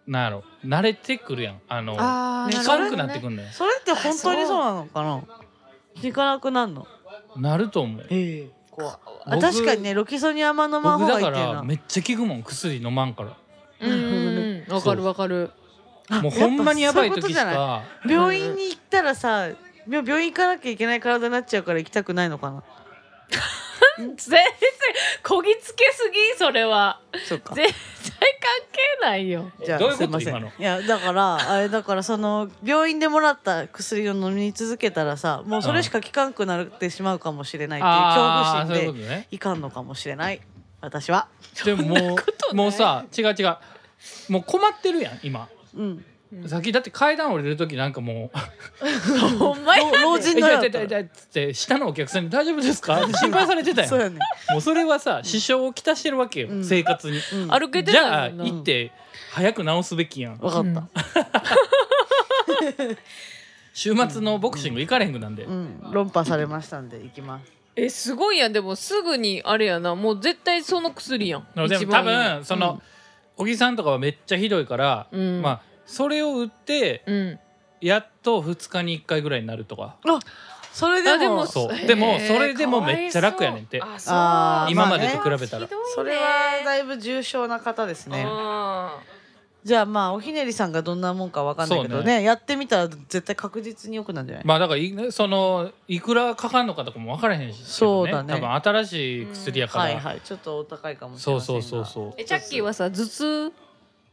なんやろ慣れてくるやんあの
あ
ーなるほどね
寒くなってくんのよ
それって本当にそうなのかな行かなくなんの
なると思う
ええ怖あ
僕
確かにねロキソニン甘のまん
僕
方がいい
だか
っていう
ら
な
めっちゃ効くもん薬飲まんから
うんうんうんわかるわかる
もうほんまにやばい時し
やっぱそういう
か
病院に行ったらさ病病院行かなきゃいけない体になっちゃうから行きたくないのかな
全然こぎつけすぎそれは
そうか
全然関係ないよ
じゃあ
どういうこと
すません
今の
いやだからあれだからその病院でもらった薬を飲み続けたらさもうそれしか効かんくなってしまうかもしれないっていう
ああそうい
恐
う
怖
こと
心で
ね
いかんのかもしれない私は
でもも
こと
う
ない
もうさ違う違うもう困ってるやん今
うん
さっきだって階段降りる時なんかもう
ほんまや
老老
「え
人の
痛
よ
い痛い痛い痛い」っつって下のお客さんに「大丈夫で すか?」って心配されてたやん
そうやね
もうそれはさ支障をきたしてるわけよ、
うん
生活に。
うん
歩けて
じゃ
な
あ
いもんな
行って早く治すべきやん
わかった
週末のボクシング行かれへんくなんで、
うん論破されましたんで行きます
えすごいやんでもすぐにあれやなもう絶対その薬やん
で
一
も多
番いいやん
分その、小木さんとかはめっちゃひどいから、
うん
まあそれを打って
うん
やっと2日に1回ぐらいになるとか
それ
あ
で
でも
も
そう
へー
でもそれでもめっちゃ楽やねんて
かわいそう
あー
そう
今ま
でと比べたら
ひどいね
それはだいぶ重症な方ですねじゃあまあおひねりさんがどんなもんかわかんないけど
そう
ねやってみたら絶対確実に良くなるんじゃない、
まあだからいそのいくらかかんのかとかも分からへんし、
そうだね
多分新しい薬やから、
はいはいちょっとお高いかもしれ
そ
ま
う
せん
そ
が
うそうそう
えチャッキーはさ頭痛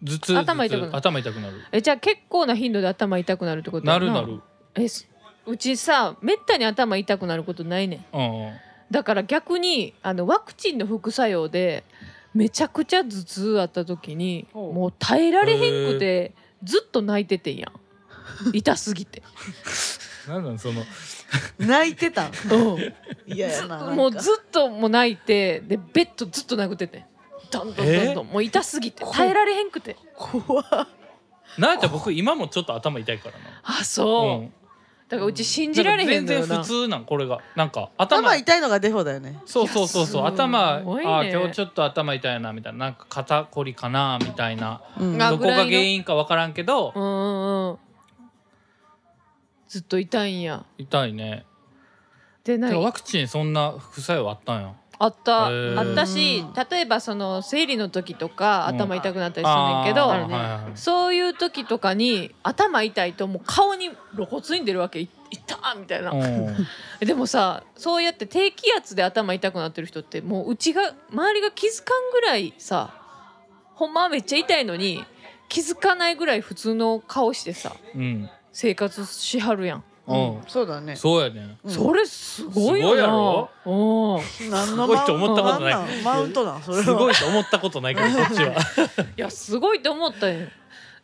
頭痛
頭痛くな
頭
る
頭痛くなる
えじゃあ結構な頻度で頭痛くなるってこと
な
や
るなる
えすうちさめったに頭痛くなることないねん
うんうん
だから逆にあのワクチンの副作用でめちゃくちゃ頭痛あった時に
ほう
もう耐えられへんくてずっと泣いててんやん痛すぎ て
なんなんその
泣いてたん
う
いやいやななん
ん
か
もうずっともう泣いてでベッドずっと殴っててんどんどんどんどんもう痛すぎて
こ
耐えられへんくて
怖
なんやったら僕今もちょっと頭痛いからな
あそう、
うん
だからうち信じられへんのよ
全然
な
普通なんこれがなんか頭
頭痛いのがデフォだよね
そうそうそうそう
いやすごいね
頭、あー今日ちょっと頭痛いなみたいななんか肩こりかなみたいな
うん
あ
どこ
ぐらい
が
の
原因かわからんけど
うんうんうんずっと痛いんや
痛いね
で
て
な
か
い
ワクチンそんな副作用あったんや
あった
へー
あったし例えばその生理の時とか
うん
頭痛くなったりするねんけど、
あ
あ
ー
るね
はいはい
そういう時とかに頭痛いともう顔に露骨に出るわけいいたーみたいな、
うん
でもさそうやって低気圧で頭痛くなってる人ってもううちが周りが気づかんぐらいさほんまはめっちゃ痛いのに気づかないぐらい普通の顔してさ
うん
生活しはるやん、
うん
そうだね
そうやね
うん
それすごいよな
すごいやろ
うん
何
すごいと思ったことない
んんマウントなんそれは
すごいと思ったことないけどこっちは
いやすごいと思ったよ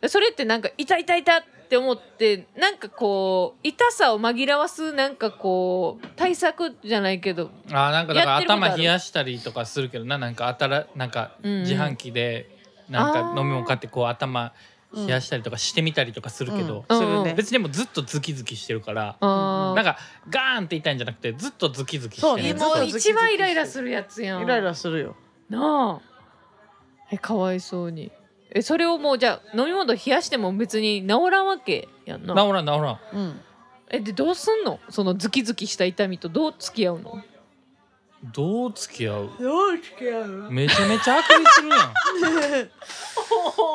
それってなんか痛い痛い痛いって思ってなんかこう痛さを紛らわすなんかこう対策じゃないけど
あーなんかだから
やってることある
頭冷やしたりとかするけどななんかあたらなんか
うんうん
自販機でなん
あ
か
ー
飲み物買ってこう頭冷やしたりとかしてみたりとかするけど、
うんする
うんう
ね
ん
別にでもずっとズキズキしてるから、
あー
なんかガーンって痛いんじゃなくてずっとズキズキして
そう
る
ね
え
ずっ
も
と
う一番イライラするやつやん
イライラするよ
なあえかわいそうにえそれをもうじゃあ飲み物冷やしても別に治らんわけやん
治
な
らん治らん
うん
えでどうすんのそのズキズキした痛みとどう付き合うの
どう付き合う
どう付き合うの
めちゃめちゃあくびする やん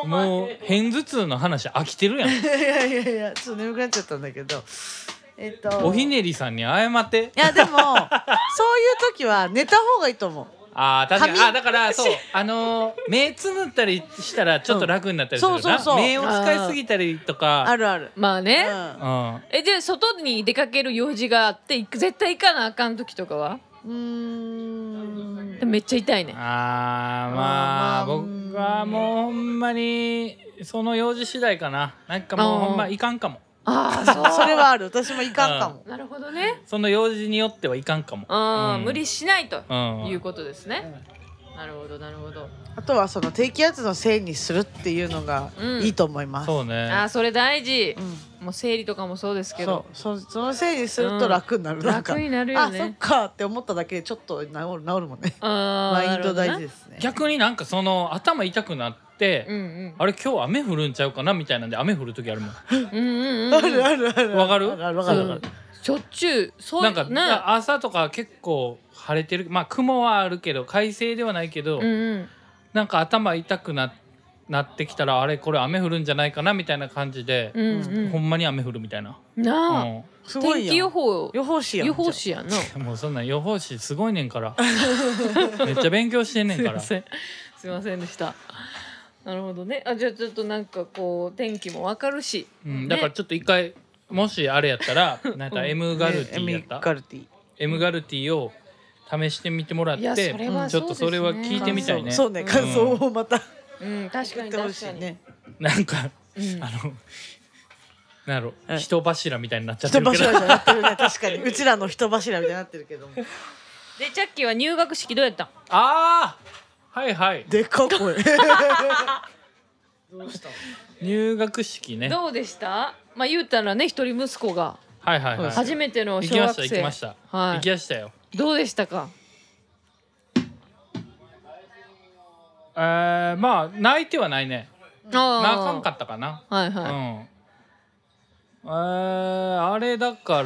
もう片頭痛の話飽きてるや ん
いやいやいやちょっと眠くなっちゃったんだけどえっと
おひねりさんに謝って
いや でもそういう時は寝た方がいいと思う
あー確かに
髪
あだからそうあのー目つむったりしたらちょっと楽になったりするな、
うんそうそうそう
目を使いすぎたりと
あ
か
るある
まあね、
う
うん
えじゃあ外に出かける用事があってい絶対行かなあかん時とかは
んうーん
でもめっちゃ痛いね
あーまあ
あーまあ
僕はもうほんまにその用事次第かななんかもう
あー
ほんまいかんかも
ああそう
それはある私もいかんかも、
なるほどね
その用事によってはいかんかも
あ、ー
うん
無理しないと
うん
いうことですね、なるほどなるほど
あとはその低気圧のせいにするっていうのが
うん
いいと思います、
そう
あ
ね
ーそれ大事
う、ん
もう生理とかもそうですけ
そ
ど
うそそのせいにすると楽になる、なんか
楽になるよ
あそっ
ね
かって思っただけでちょっと治る治るもんね
あ
マ
ー
イ
な
ン
るほ
ド
どな
大事ですね
逆になんかその頭痛くなって、
うんうん
あれ今日雨降るんちゃうかなみたいなんで雨降る時あるもん
うんうんうん
あるあるある
わかる
ああわかるわかる
しょっちゅうそう
なんか
な
朝とか結構晴れてるまあ雲はあるけど快晴ではないけど、
うんうん
なんか頭痛くななってきたらあれこれ雨降るんじゃないかなみたいな感じで、
うん
ほんまに雨降るみたいな、
うんなあ、
うん
すごい
天
や
気
ん
予報
予報士やん
予報士やんな
もうそんなん予報士すごいね んからめっちゃ勉強してんねん
すい
か
ま
ら
せんすいませんでしたなるほどねあじゃあちょっとなんかこう天気もわかるし、
うん、だからちょっと一回もしあれやったら何やった M ガルティやっ
ねエミ
た
ガルティ
M ガルティを試してみてもらっ
いやそ
て
れは
うん
ちょっとそれは
うです
聞いてみたいね
そうね感想をまた言
うん確かに
ってほ
確
し
か
い
に、
ね
なんか
うん
あの なんやろ
うん
人柱みたいになっちゃって
人
るけど
柱じゃなってるね確かにうちらの人柱みたいになってるけども
でチャッキーは入学式どうやったん
ああはいはい
でかっ声どうした
入学式ね
どうでしたまあ言うたらね一人息子が
はいはいはい
初めての
行
小
きま
学
した
生
行きました
はい
行きましたよ
どうでしたか
えーまあ泣いてはないね
ああ
泣かんかったかな
はい
うん
はい、
えーあれだか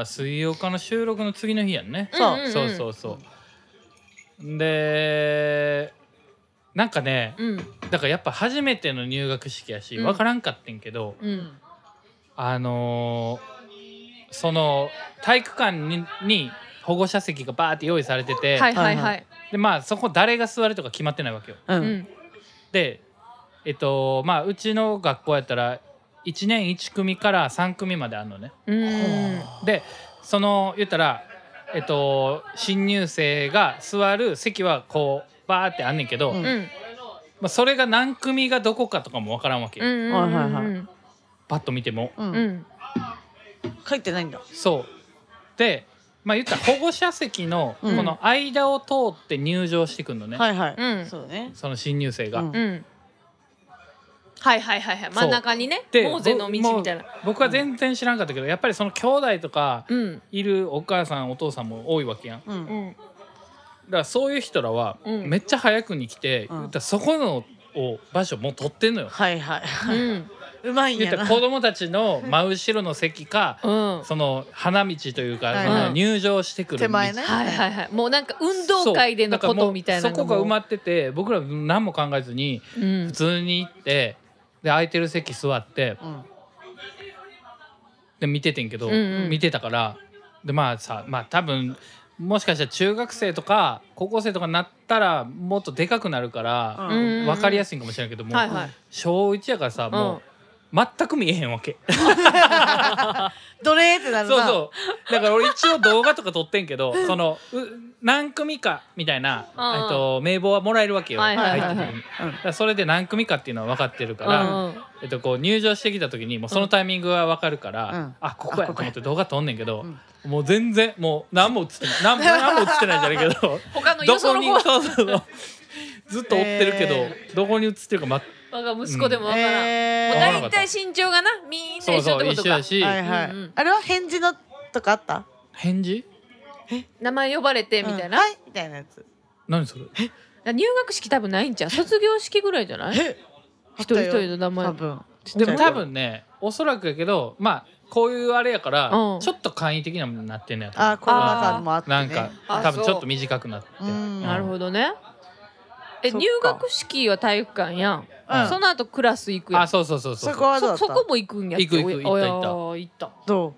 ら水曜日の収録の次の日やんね
そう
そうそうそう。でなんかね
うんうん
だからやっぱ初めての入学式やし
うん
分からんかってんけど、
うん
あのーその体育館にに保護者席がバーって用意されてて、
はいはい
はい
は
はい
でまあそこ誰が座るとか決まってないわけよ。
う
うんん
でえっとまあうちの学校やったら1年1組から3組まであるのね。
うん
でその言ったらえっと新入生が座る席はこうバーってあんねんけど、
うん
うん
まあ、それが何組がどこかとかもわからんわけ、
うんうん
はいはいはい
うん
パッと見ても
う
うんん
書いてないんだ
そうでまあ言ったら保護者席のこ
うん
の間を通って入場してくんのね、
はいはい、
うん
そうね
その新入生が、
うん
うんはいはいはいはい真ん中にね
で
モーゼの道みたいな
ぼ僕は全然知らんかったけどやっぱりその兄弟とか
うん
いるお母さんお父さんも多いわけやんだか
うん
うん
らそういう人らは
うん
めっちゃ早くに来て、
うん
言ったらそこのを場所もう取ってんのよ
はいはい、
うん
うまいん
言っ
や
たら
な
子供たちの真後ろの席か
うん
その花道というか、
はい
その入場してくる道
手前ね
はいはいはいもうなんか運動会での
そう
ことみたいな
だからもうそこが埋ま
っ
ってて僕ら何も考えずに
うん
普通に行ってで空いてる席座って
うん
で見ててんけど、
うんうん
見てたからでまあさまあ多分もしかしたら中学生とか高校生とかになったらもっとでかくなるから、
うん
わ分かりや
す
すいんかもしれないけどもう、
はいはい
小1やからさもう、全く見えへんわけ
どれーってなるな
そうそうだから俺一応動画とか撮ってんけどそのう何組かみたいな、
うんうん
えっと、名簿はもらえるわけよ、
はいはいはいはい
入ってくるだからそれで何組かっていうのは分かってるか
う
ら、
んうん
えっと、こう入場してきた時にもうそのタイミングは分かるから、
うん
あここや
あ
と
ここ
思っ
や
て動画撮んねんけど、
うん
もう全然もう何も映ってない何も 何も映ってないじゃないけど
他の
ど
よそ
こ
の
に
子は
そうそうそうずっと追ってるけど、
え
どこに映ってるか、ま、
我が息子でもわからんもう
えー
大体身長がなみんな一緒
そう
ってこ
そう
とか
一緒やし、
はいはい、
うんうん
あれは返事のとかあった
返事
名前呼ばれてみたいな
うんはいみたいなやつ
何それ
入学式多分ないんじゃん卒業式ぐらいじゃない
え
一人一人の名前
多分
でも多分ねおそらくやけどまあこういうあれやから、
うん
ちょっと簡易的なものになってんのやと思う
あーコロナ禍もあって、ね、
なんか
あ
多分
そう
ちょっと短くなって、
うん
なる
ど
ほどねえ
そっか
入学式は体育館やん
うん
その後クラス行くや
あ
ん
そうそうそうそ
そうこはどうだ
そ
った
そこも行くんやって
行く行く
おや
行った
おや行った
ど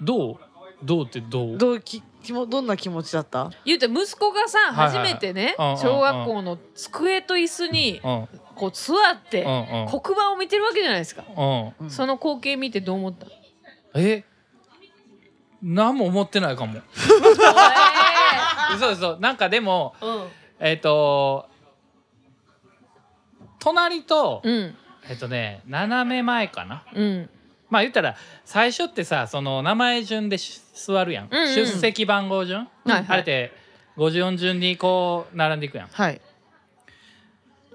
どうどうってど
う
う
どうききもどんな気持ちだった
言うて息子がさ
はいは
初
い
めてね
うんうんうん
小学校の机と椅子に
うんうん
こう座って
うん
黒板を見てるわけじゃないですか
うん
うん
その光景見てどう思った
え何も思ってないかもそうそうなんかでも
おい
えっ、と隣と、
うん
えっ、とね斜め前かな
うん
まあ言ったら最初ってさその名前順でし座るやん、
うんうん
出席番号順、
いはい
あれって54順にこう並んでいくやん
はい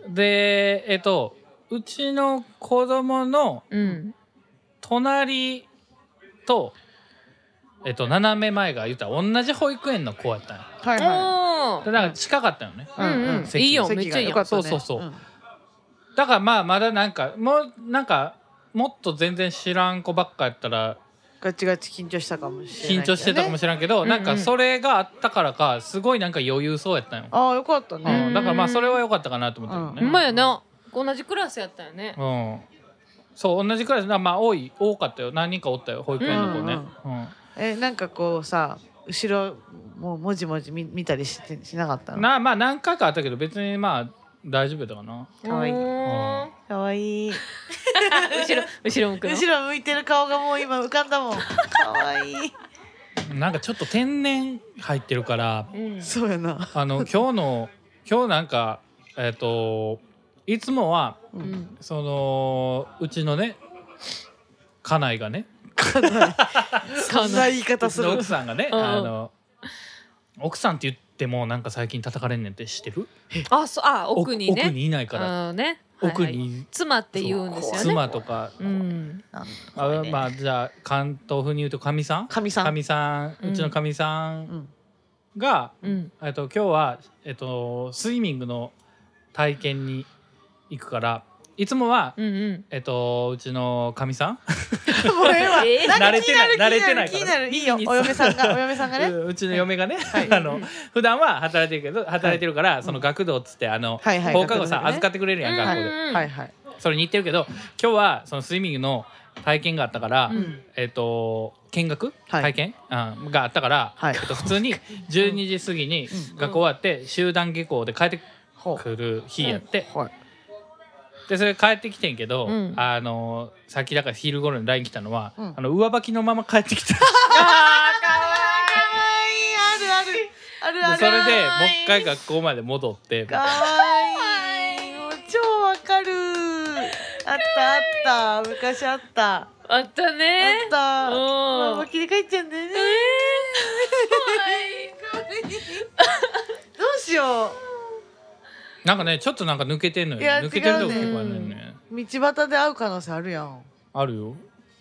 でえっとうちの子供の
うん
隣とえっと斜め前が言ったら同じ保育園の子やったんや
はいは
お
で
ー
だから近かったよね、
い
うんうん
席
いいよめっ
席
ちゃ
が
いい
良
よ
かったね
そうそうそうんだからまあまだなんかもうなんかもっと全然知らん子ばっかやったら
ガチガチ緊張したかもしれな
緊
い
張してたかも
し
しれんけど、
うん
なんかそれがあったからかすごいなんか余裕そうやったんよ、
れないああよかった
う
ね
んだからまあそれは良かったかなと思った
ほ
よ
んま
ね
やな同じクラスやったよね
うん、そう同じくらいまあ多い多かったよ何人かおったよ保育園の子ね、うん
えなんかこうさ後ろもうもじもじ見見たりしてしなかったの
なまあ何回かあったけど別にまあ大丈夫だかな
か わいい
おー
かわいい
後ろ後ろ向く の
後ろ向いてる顔がもう今浮かんだもんかわいい
なんかちょっと天然入ってるから
うん
そうやな
あの今日の今日なんかえっ、といつもは
う
うんん
そのうちのね家内がね
そんな言いう方
ち
す
の
る
奥さんがね
うんうん
あの奥さんって言ってもなんか最近叩かれんねんって知ってる
あそうあ奥にね
奥にいないから
あーね
奥
はいはい
に
妻って言うんですよね
妻とか
うん
あま
あ
あじゃあ関東風に言うとかみさん
かみさん
かみさ
うん
んうちのかみさ
うんん
が
うん
えっと今日はえっとスイミングの体験に行くからいつもは
うんうん
えっとうちのかみさん
もうええわ
えー
なんか
慣れてない
気にる
慣れてない
気になる気になるいいよ
から
お嫁さんがお嫁さんがね
ううちの嫁がね、 あの普段は働いてるけど働いてるから、その学童っつってあの、
はいはい
放課後さ、
学童ね
預かってくれるやん学校で、
うんうん
はいはい
それに行ってるけど今日はそのスイミングの体験があったから、
うん
えっ、と見学、
はい
体験、うん、があったから、
はい
えっと普通に12時過ぎに
うん
学校終わって集団下校で帰って
ほ
くる日やって、
うはい
でそれ帰ってきてんけど、
うん
あのさっきだから昼頃に LINE 来たのは、
うん
あの上履きのまま帰ってきた。
あーかわいいあるあるあるある
でそれでもう一回学校まで戻って
かわいいもう超わかるあったあった昔あったあっ
あったね
た
うん
ママ切り替えちゃうんだよね
えーかわいい
どうしよ
なんかねちょっとなんか抜けてんのよ
いや
抜けてる
違
と
う
こ
ね
結構あるのよね
う道端で会う可能性あるやん
あるよ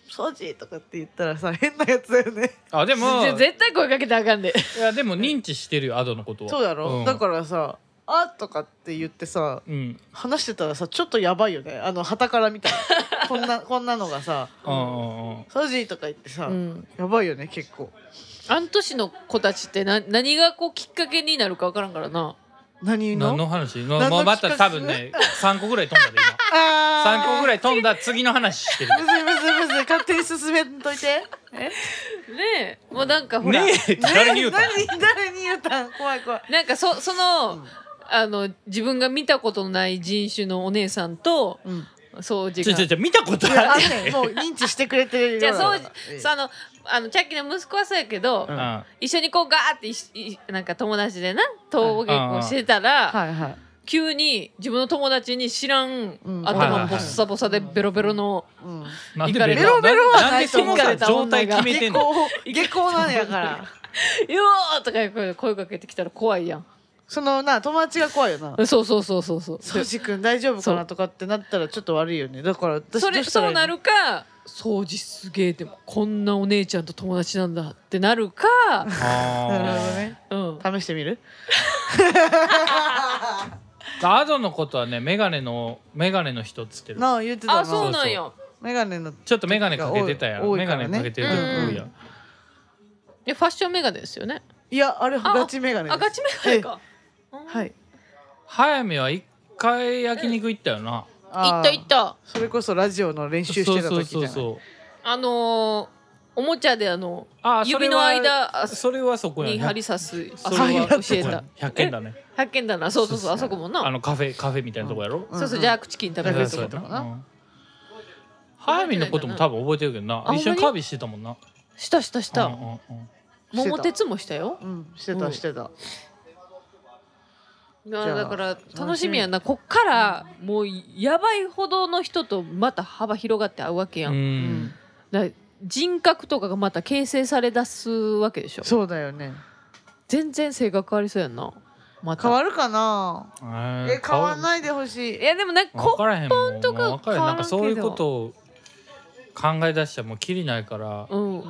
ソジとかって言ったらさ変なやつだよね
あでも
ぜ絶対声かけたらあかん で
いやでも認知してるよアドのことは
そうだろ、
ん
だからさ「あ」とかって言ってさ
うんうん
話してたらさちょっとやばいよねあの旗から 見たらこんなこんなのがさ
うんうん
「ソジー」とか言ってさ、
うん
やばいよね結構
あの年の子たちってな何がこうきっかけになるかわからんからな
何の
何の話
何の
もうまた
企
多
画
分ね3個ぐらい飛んだで
あ
今
ー
3個ぐらい飛んだ次の話し てる
むずいむずいむずい勝手に進めんといて
ねえもうなんかほら、
ねえって誰に言うた
何 誰に言うたん怖い怖い
なんかそその、あの自分が見たことのない人種のお姉さんと
うん
掃除
ちょちょ
が
ちょ見たこと
いや
あ
あ
る
ん ねんもう認知してくれてるよ
じゃあ掃
うん
除そうあのあのチャッキーの息子はそうやけど、
う
うんん
一緒にこうガーっていしいなんか友達でな登下校してたら、
はいはい
急に自分の友達に知らん、
うん
頭ボッサボサでベロベロの、
うん
なん
イカ
で
れ
ベ
た
ロ
ベロベロは
なん
な
で
いと
そ
思
の
う
さ状態決めて
下
んの
校下校なんや から
よーとか声声かけてきたら怖いやん。
そのな友達が怖いよな
そうそうそうそうそう。
ソジ君大丈夫か
そ
なとかってなったらちょっと悪いよねだから私
そ
ど
れ
うしたら
そ
いうい
な
の
るか掃除すげえでもこんなお姉ちゃんと友達なんだってな るか、
なるほど
あ
ね
うん、
試してみる
ーアドのことはねメガネのメガネの人っつってる
なあ言ってたな
あそうなんや
メガネの
ちょっとメガネかけてたやん
多い多い
メ
か
ガ
らね
ネかけてる人多いやん
でファッションメガネですよね
いやあれガチメガネです
あガチメガネか
はい
早見は一回焼肉行ったよな
行
あー
った行った
それこそラジオの練習してた時じゃない
そう
あのー、おもちゃであの
あそれ
指
は
の間あ
それはそこや
に
ね
針刺す
そ
あ
れ
そ
は
れは教えた
100件だね
発見だなそうそうそうあそこも
あ
な
のカフェカフェみたいなとこやろ
ん
そうそうジャークチキン食べ
う
る
ん
と
そう
こ
やったかな
うん早見のことも多分覚えてるけどな
あ
一
ほんま
緒に
に
カービィしてたもんな
したしたした、
うんうんうん
桃鉄もしたよ
うんして
うん
たしてた
いや
じゃあ
だから楽しみやなこっからもうやばいほどの人とまた幅広がって会うわけやん、
う
うん
ん
だから人格とかがまた形成され出すわけでしょ
そうだよね
全然性格変わりそうやんなまた
変わるかなえ変わん
い
ないでほしい
いやでもなんか
分
こ
からへんもん
とか
もう分からへ
変
ん
わら
なんんかそういうことを考え出したらもうきりないから
うん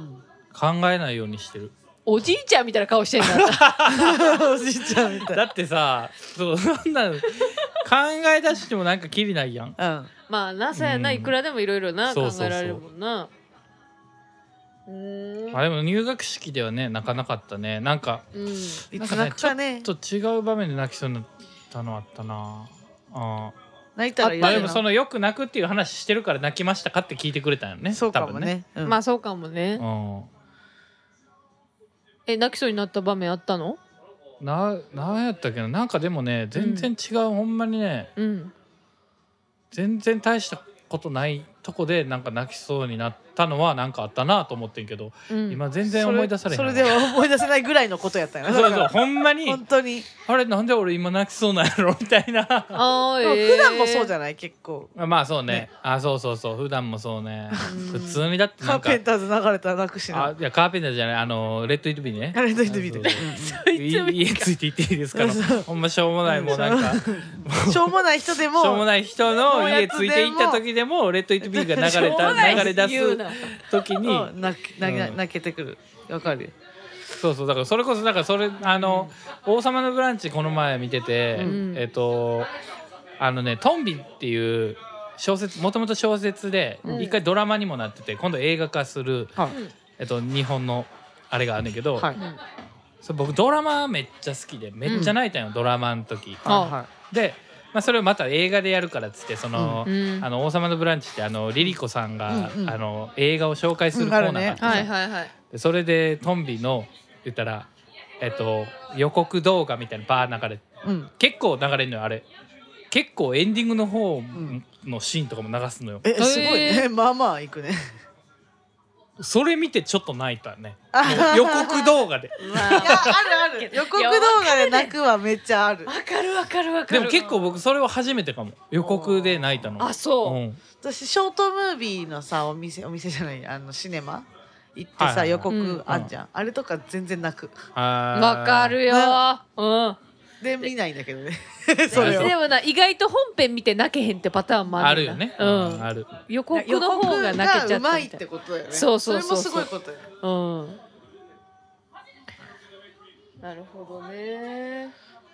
考えないようにしてる
おじいちゃんみたいな顔してんだ
おじいちゃんみたい
だってさそうそんなん考え出してもなんかきりないやん
なうん
まあなさやな
うん
いくらでもいろいろな
そ
考
うそうそう
えられるもんなうーん
あでも入学式ではね泣かなかったねなんか
うん
いつ泣くかね
ちょっと違う場面で泣きそうになったのあったなあー
泣いたら
ま
嫌
あで
だ
も
な
そのよく泣くっていう話してるから泣きましたかって聞いてくれたんよね
そうかも
多分
ねうん
まあそうかもね
う
え泣きそうになった場面あったの
んななんやったっけななんかでもね全然違う、ほんまにね
うん
全然大したことないとこでなんか泣きそうになったのはなんかあったなと思ってんけど、
うん
今全然思い出されへん
そ
わ
れそれでは思い出せないぐらいのことやったよな
そう
だ
そ
か
う
ら
ほんまに
本当に
あれなんで俺今泣きそうなんやろ みたいな
ああ
でも
えー、
普段もそうじゃない結構
まあそうね
ね
あそうそうそう普段もそうね
うん
普通にだってな
カ
ん
ー
か
ペンターズ流れたら泣くしな
あいやカーペンターじゃないあのレッド・イット・ビーね
あれと人見て
あそうい家ついて行っていいですから
そうそう
ほんましょうもないもうなんか
しょうもない人でも
しょうも
い
ない人の家ついて行った時でもレッド・イット・ビーが流れ
しょうもな
た
い
流れ出
言う
す
な
時に
泣き泣き
うん
泣けてくるわかるよ
そうそうだからそれこそだからそれあの「王様のブランチ」この前見てて
うん
えっとあのね「トンビ」っていう小説もともと小説で
うん
一回ドラマにもなってて今度映画化する
はい
えっと日本のあれがあるんだけど
はい
うん
それ僕ドラマめっちゃ好きでめっちゃ泣いたんよドラマの時。
あ
は
で、まあ、それをまた映画でやるからっつってその「
うんうん
あの王様のブランチ」ってあのリリコさんが、
うんうん
あの映画を紹介するコーナーがあって
うんあ
は
る
い
ね
はいはい
でそれでトンビの言ったら、えっと、予告動画みたいなバー流れ
いうん
結構流れんのよあれ結構エンディングの方
ん
のシーンとかも流すのよ、
えすごい
え
ねまあまあいくね
それ見てちょっと泣いたね
あ
予告動画で
いやあるある 予告動画で泣くはめっちゃある
わかるわかるわか
で
る
も結構僕それは初めてかも予告で泣いたの
あそう、
うん
私ショートムービーのさお店お店じゃないあのシネマ行ってさ、
はいはいはい
予
うん
告あんじゃん、あれとか全然泣く
あー
わかるよーうん
で見ないんだけどね それを
でもな意外と本編見て泣けへんってパターンもあ
あ
る
る
んだ
よね、
う
うん
ん
ある
予告の方が泣けちゃ
予告が
っ
うま
た
い
み
った
い
てことだよね
そうそうそうそう
それもすごいことだよね
なうんなるほどね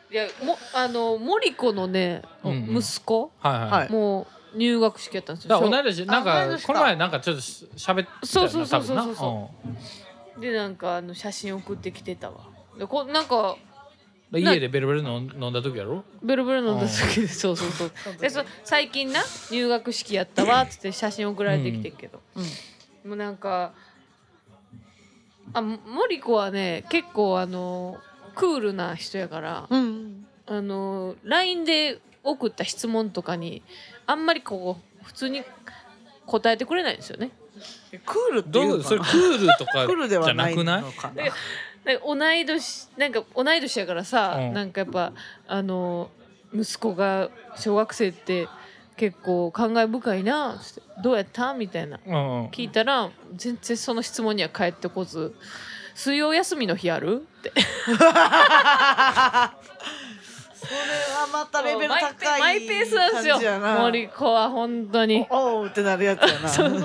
いやもあの森子のね、
うんうん
息子
はいはい、
はい
もう入学式やったんです
だ
よ
から同い年なん
同い
か
年か
この前なんかちょっとしゃべってたよ
そうそう
な
そ
多
うそう
分な
そうそでなんかあの写真送ってきてたわでこなんか
うん家でベルベル飲ん飲んだ時やろ
ベロベロ飲んだ時でそうそうそうでそ最近な入学式やったわっつって写真送られてきてんけど、
うん
もうなんかあも森子はね結構あのクールな人やから、
うんうん
あの LINE で送った質問とかにあんまりこう普通に答えてくれないんですよね。
えクールってい
ど
う
う
の
そ
か
れク
な
ールとか
クール
じ
では
ゃ
な
ないく
の
ない
かな
でなんか同い年なんか同い年やからさ、
うん
なんかやっぱあの息子が小学生って結構感慨深いなつってどうやったみたいな
うんうん
聞いたら全然その質問には返ってこず「水曜休みの日ある?」って
それはまたレベル高い感じやな
マイペースなんですよ森子は本当に
おおうってなるやつやな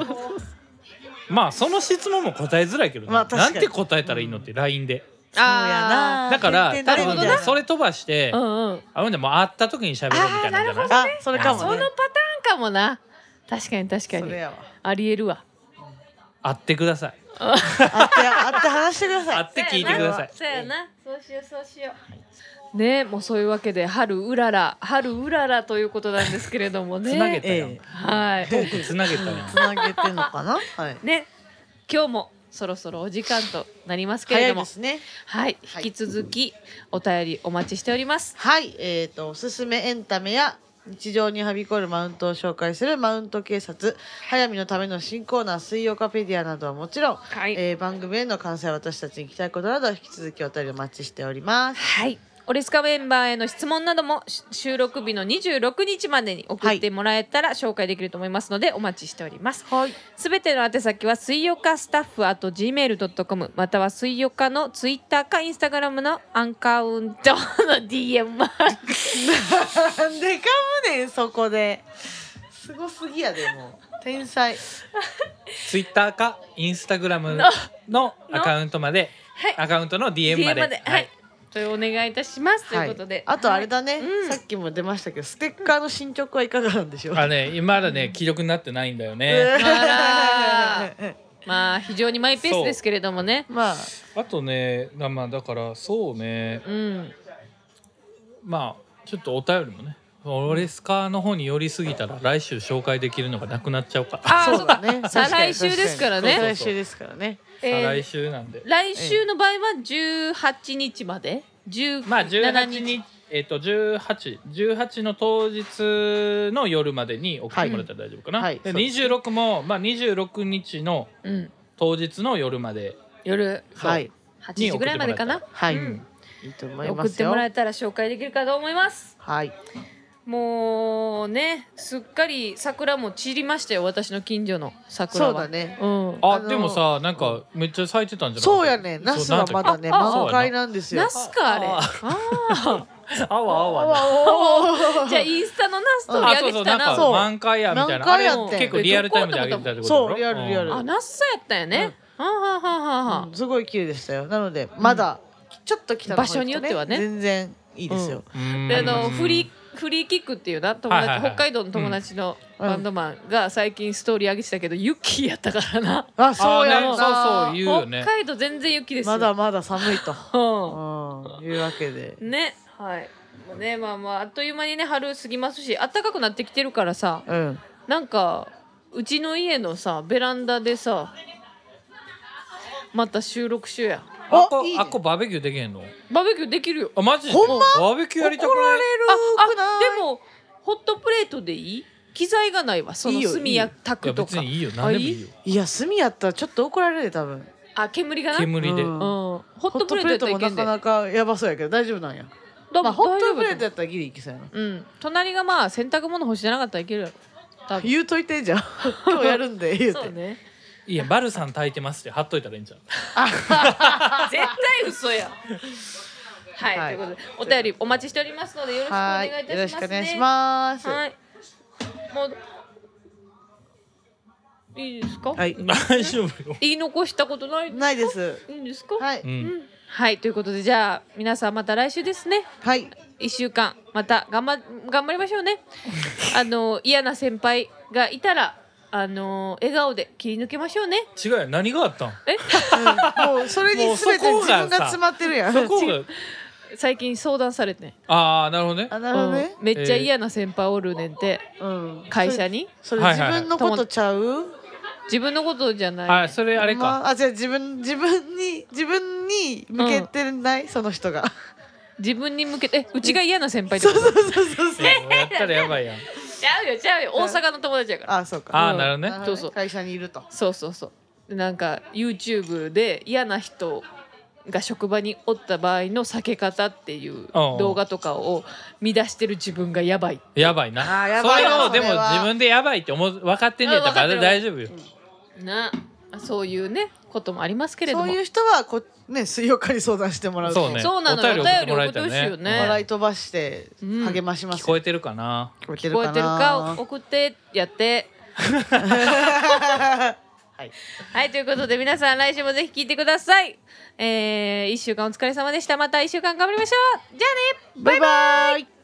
まあその質問も答えづらいけどね、
まあ確か
な
に
んて答えたらいいのって LINE で、
あー
だから
点
多
々点々
分
みたいな
それ飛ばして、
うんうん
あほんでもう会った時に喋ろうみたいなんじゃない
あそれか
そ
も
のパ
ね
ターンかもな確かに確か
そ
に
れやわ
ありえるわ
会ってください
あってあって話してくださ
会っ
い
て聞いてください
そうやなそうしようそうしようねもうそういうわけで春うらら春うららということなんですけれどもね
つなげたよ、
え
はい
トークつなげたよ、
つなげてんのかなはい
ね今日もそろそろお時間となりますけれ
早
ど
い
も
ですね
はい、
はい
引き続きお便りお待ちしております。
はい、えー、とおすすめエンタメや日常にはびこるマウントを紹介するマウント警察早見のための新コーナー「水曜カペディア」などはもちろん、
はい
えー番組への関西私たちに聞きたいことなど引き続きお便りお待ちしております
はい、オレスカメンバーへの質問などもし収録日の26日までに送ってもらえたら紹介できると思いますのでお待ちしております
はい
すべての宛先は水曜かスタッフあと gmail.com または水曜かのツイッターかインスタグラムのアンカウントの DM まで
なんでかむねんそこですごすぎやでもう天才
ツイッターかインスタグラム
の
のアカウントまで、
はい
アカウントの DM ま
DM
で
まではい、というお願いいたしますということ
は
で
い、あとあれ
はい
だね、
うん
さっきも出ましたけどステッカーの進捗はいかがなんでしょう
あ
か、
ね今だね既読になってないんだよね、
あ
ま
まあ非常にマイペースですけれどもね
あ
あとねなまあだからそうね
うん
まあちょっとお便りもねオレスカーの方に寄りすぎたら来週紹介できるのがなくなっちゃうから
あーそうだ
ね
再来週ですからね
再来週ですからね
え
再
ー
来週なんで、
来週の場合は18日まで17日
まあ18日えっ、と1818の当日の夜までに送ってもらったら大丈夫かな、
はい
で
そうです
26も、まあ、26日の
うん、
当日の夜まで
夜
そう
はい
8
に
時
送
ぐ
っ
ら
て
い
も
ま
ら
でから
えた
な、
はい、
うん
いいと思いま
送っ
す
て
よ
もらえたら紹介できるかと思います
はい
もうねすっかり桜も散りましたよ私の近所の桜は
そうだね
うん
あ
あの
でもさなんかめっちゃ咲いてたんじゃない
そうやねナスはまだね
そうなんだっけああ
満開なんですよ
ナスかあれ
あ
ああ
あわあわ
ーじゃあインスタのナス取り
あ
上
そう
げ
そ
て
う
た
なん
な
か
そう
満開やみたいなあ
満開
れ
やって
結構リアルタイムで上げてたってことだろ
そうリアルリアル
あナスさやったんやね、あはははは、
うんすごい綺麗でしたよなのでまだちょっと来た
場所によってはね
全然いいですよ、
うん
であのフリーフリーキックっていうな友達、
はいはいはい
北海道の友達のバンドマンが最近ストーリー上げてたけど、雪やったからな、
あそうやんな
あーねそうそう言うよね
北海道全然雪ですよ
まだまだ寒いと、
う
うん、いうわけで
んねはいもうねまあまああっという間にね春過ぎますし暖かくなってきてるからさ
うん
なんかうちの家のさベランダでさまた収録しようや
あ
あ
っこ
いいね
あっこバーベキューできへんの
バーベキューできるよ
あマジで
ほんま
バーベキューやりたくない
あ
くない
あでもホットプレートでいい機材がないわその
いいよ
炭や
い
炊く
や
とか
別にいいよ何でもいいよ
いや炭やったらちょっと怒られるで多分
あ煙がなうん、
煙で
うん
ホッ
ホ
ト
ッ
プ
ト
レ
プ
ー
レー
ト
トも
やったらい
な
けんで
かなかやばそうやけど大丈夫なんや、
多分
まあ、ホットプレートや
大丈夫
ったらギリいきそうやな
うん隣がまあ洗濯物干してなかったらいけるやろ多分
言うといてじゃん今日やるんで言うて
そ うね
いやバルさん炊いてますって貼っといたらいいんじゃん
絶対嘘やんはい、
はい
ということでお便りお待ちしておりますのでよろしくお
は
願いい
いよ
た
ろ
し
し
ます、ね、
くお願いします
は
はい
もういいですか、
い
大丈夫よ
言い残したことない
ないです
いいんですか
は
う
い
うん
んはいということでじゃあ皆さんまた来週ですね
はい
一週間また頑張頑張りましょう ねあの嫌な先輩がいたらあの笑顔で切り抜けましょうね
違うよ何があったん
うんもうそれに全て
もうそこが
自
さ
分が詰まってるやん
そこが
最近相談されてね
ああなるほどね
あなるほどね
うん、めっちゃ嫌な先輩おるねんて、
うん
会社に
それ
はい
自
はいはい
分のことちゃう
自分のことじゃない、
あそれあれか
まあ、あじゃあ自分自分に自分に向けてない、その人が
自分に向けてえうちが嫌な先輩ってこと
そうそうそうそう
いややったらやばいやん
ちゃうよちゃうよ大阪の友達やから
あそうか
ああなるほどね
なるほど
そうそう
会社にいると
そうそうそうでなんか YouTube で嫌な人が職場におった場合の避け方っていう動画とかを見出してる自分がやばい
やばいな
あーやばいな
それをでも
それは
自分でやばいって思う分かってんねやったか
うん
ら
分かっ
大
て
丈夫よ
なそういうねこともありますけれど
そ
も
ういう人はこね水曜日に相談してもらうと
そうね
そうなのよ
お便り送ってもらえたら
お便り送ってほ
ね
しいよね
笑い飛ばして
うん
励まします
聞、こえてるかな
聞こえ
聞こえてるか送ってやって
はい
はいということで皆さん来週もぜひ聞いてくださいえー、1週間お疲れ様でしたまた1週間頑張りましょうじゃあね
バイバイ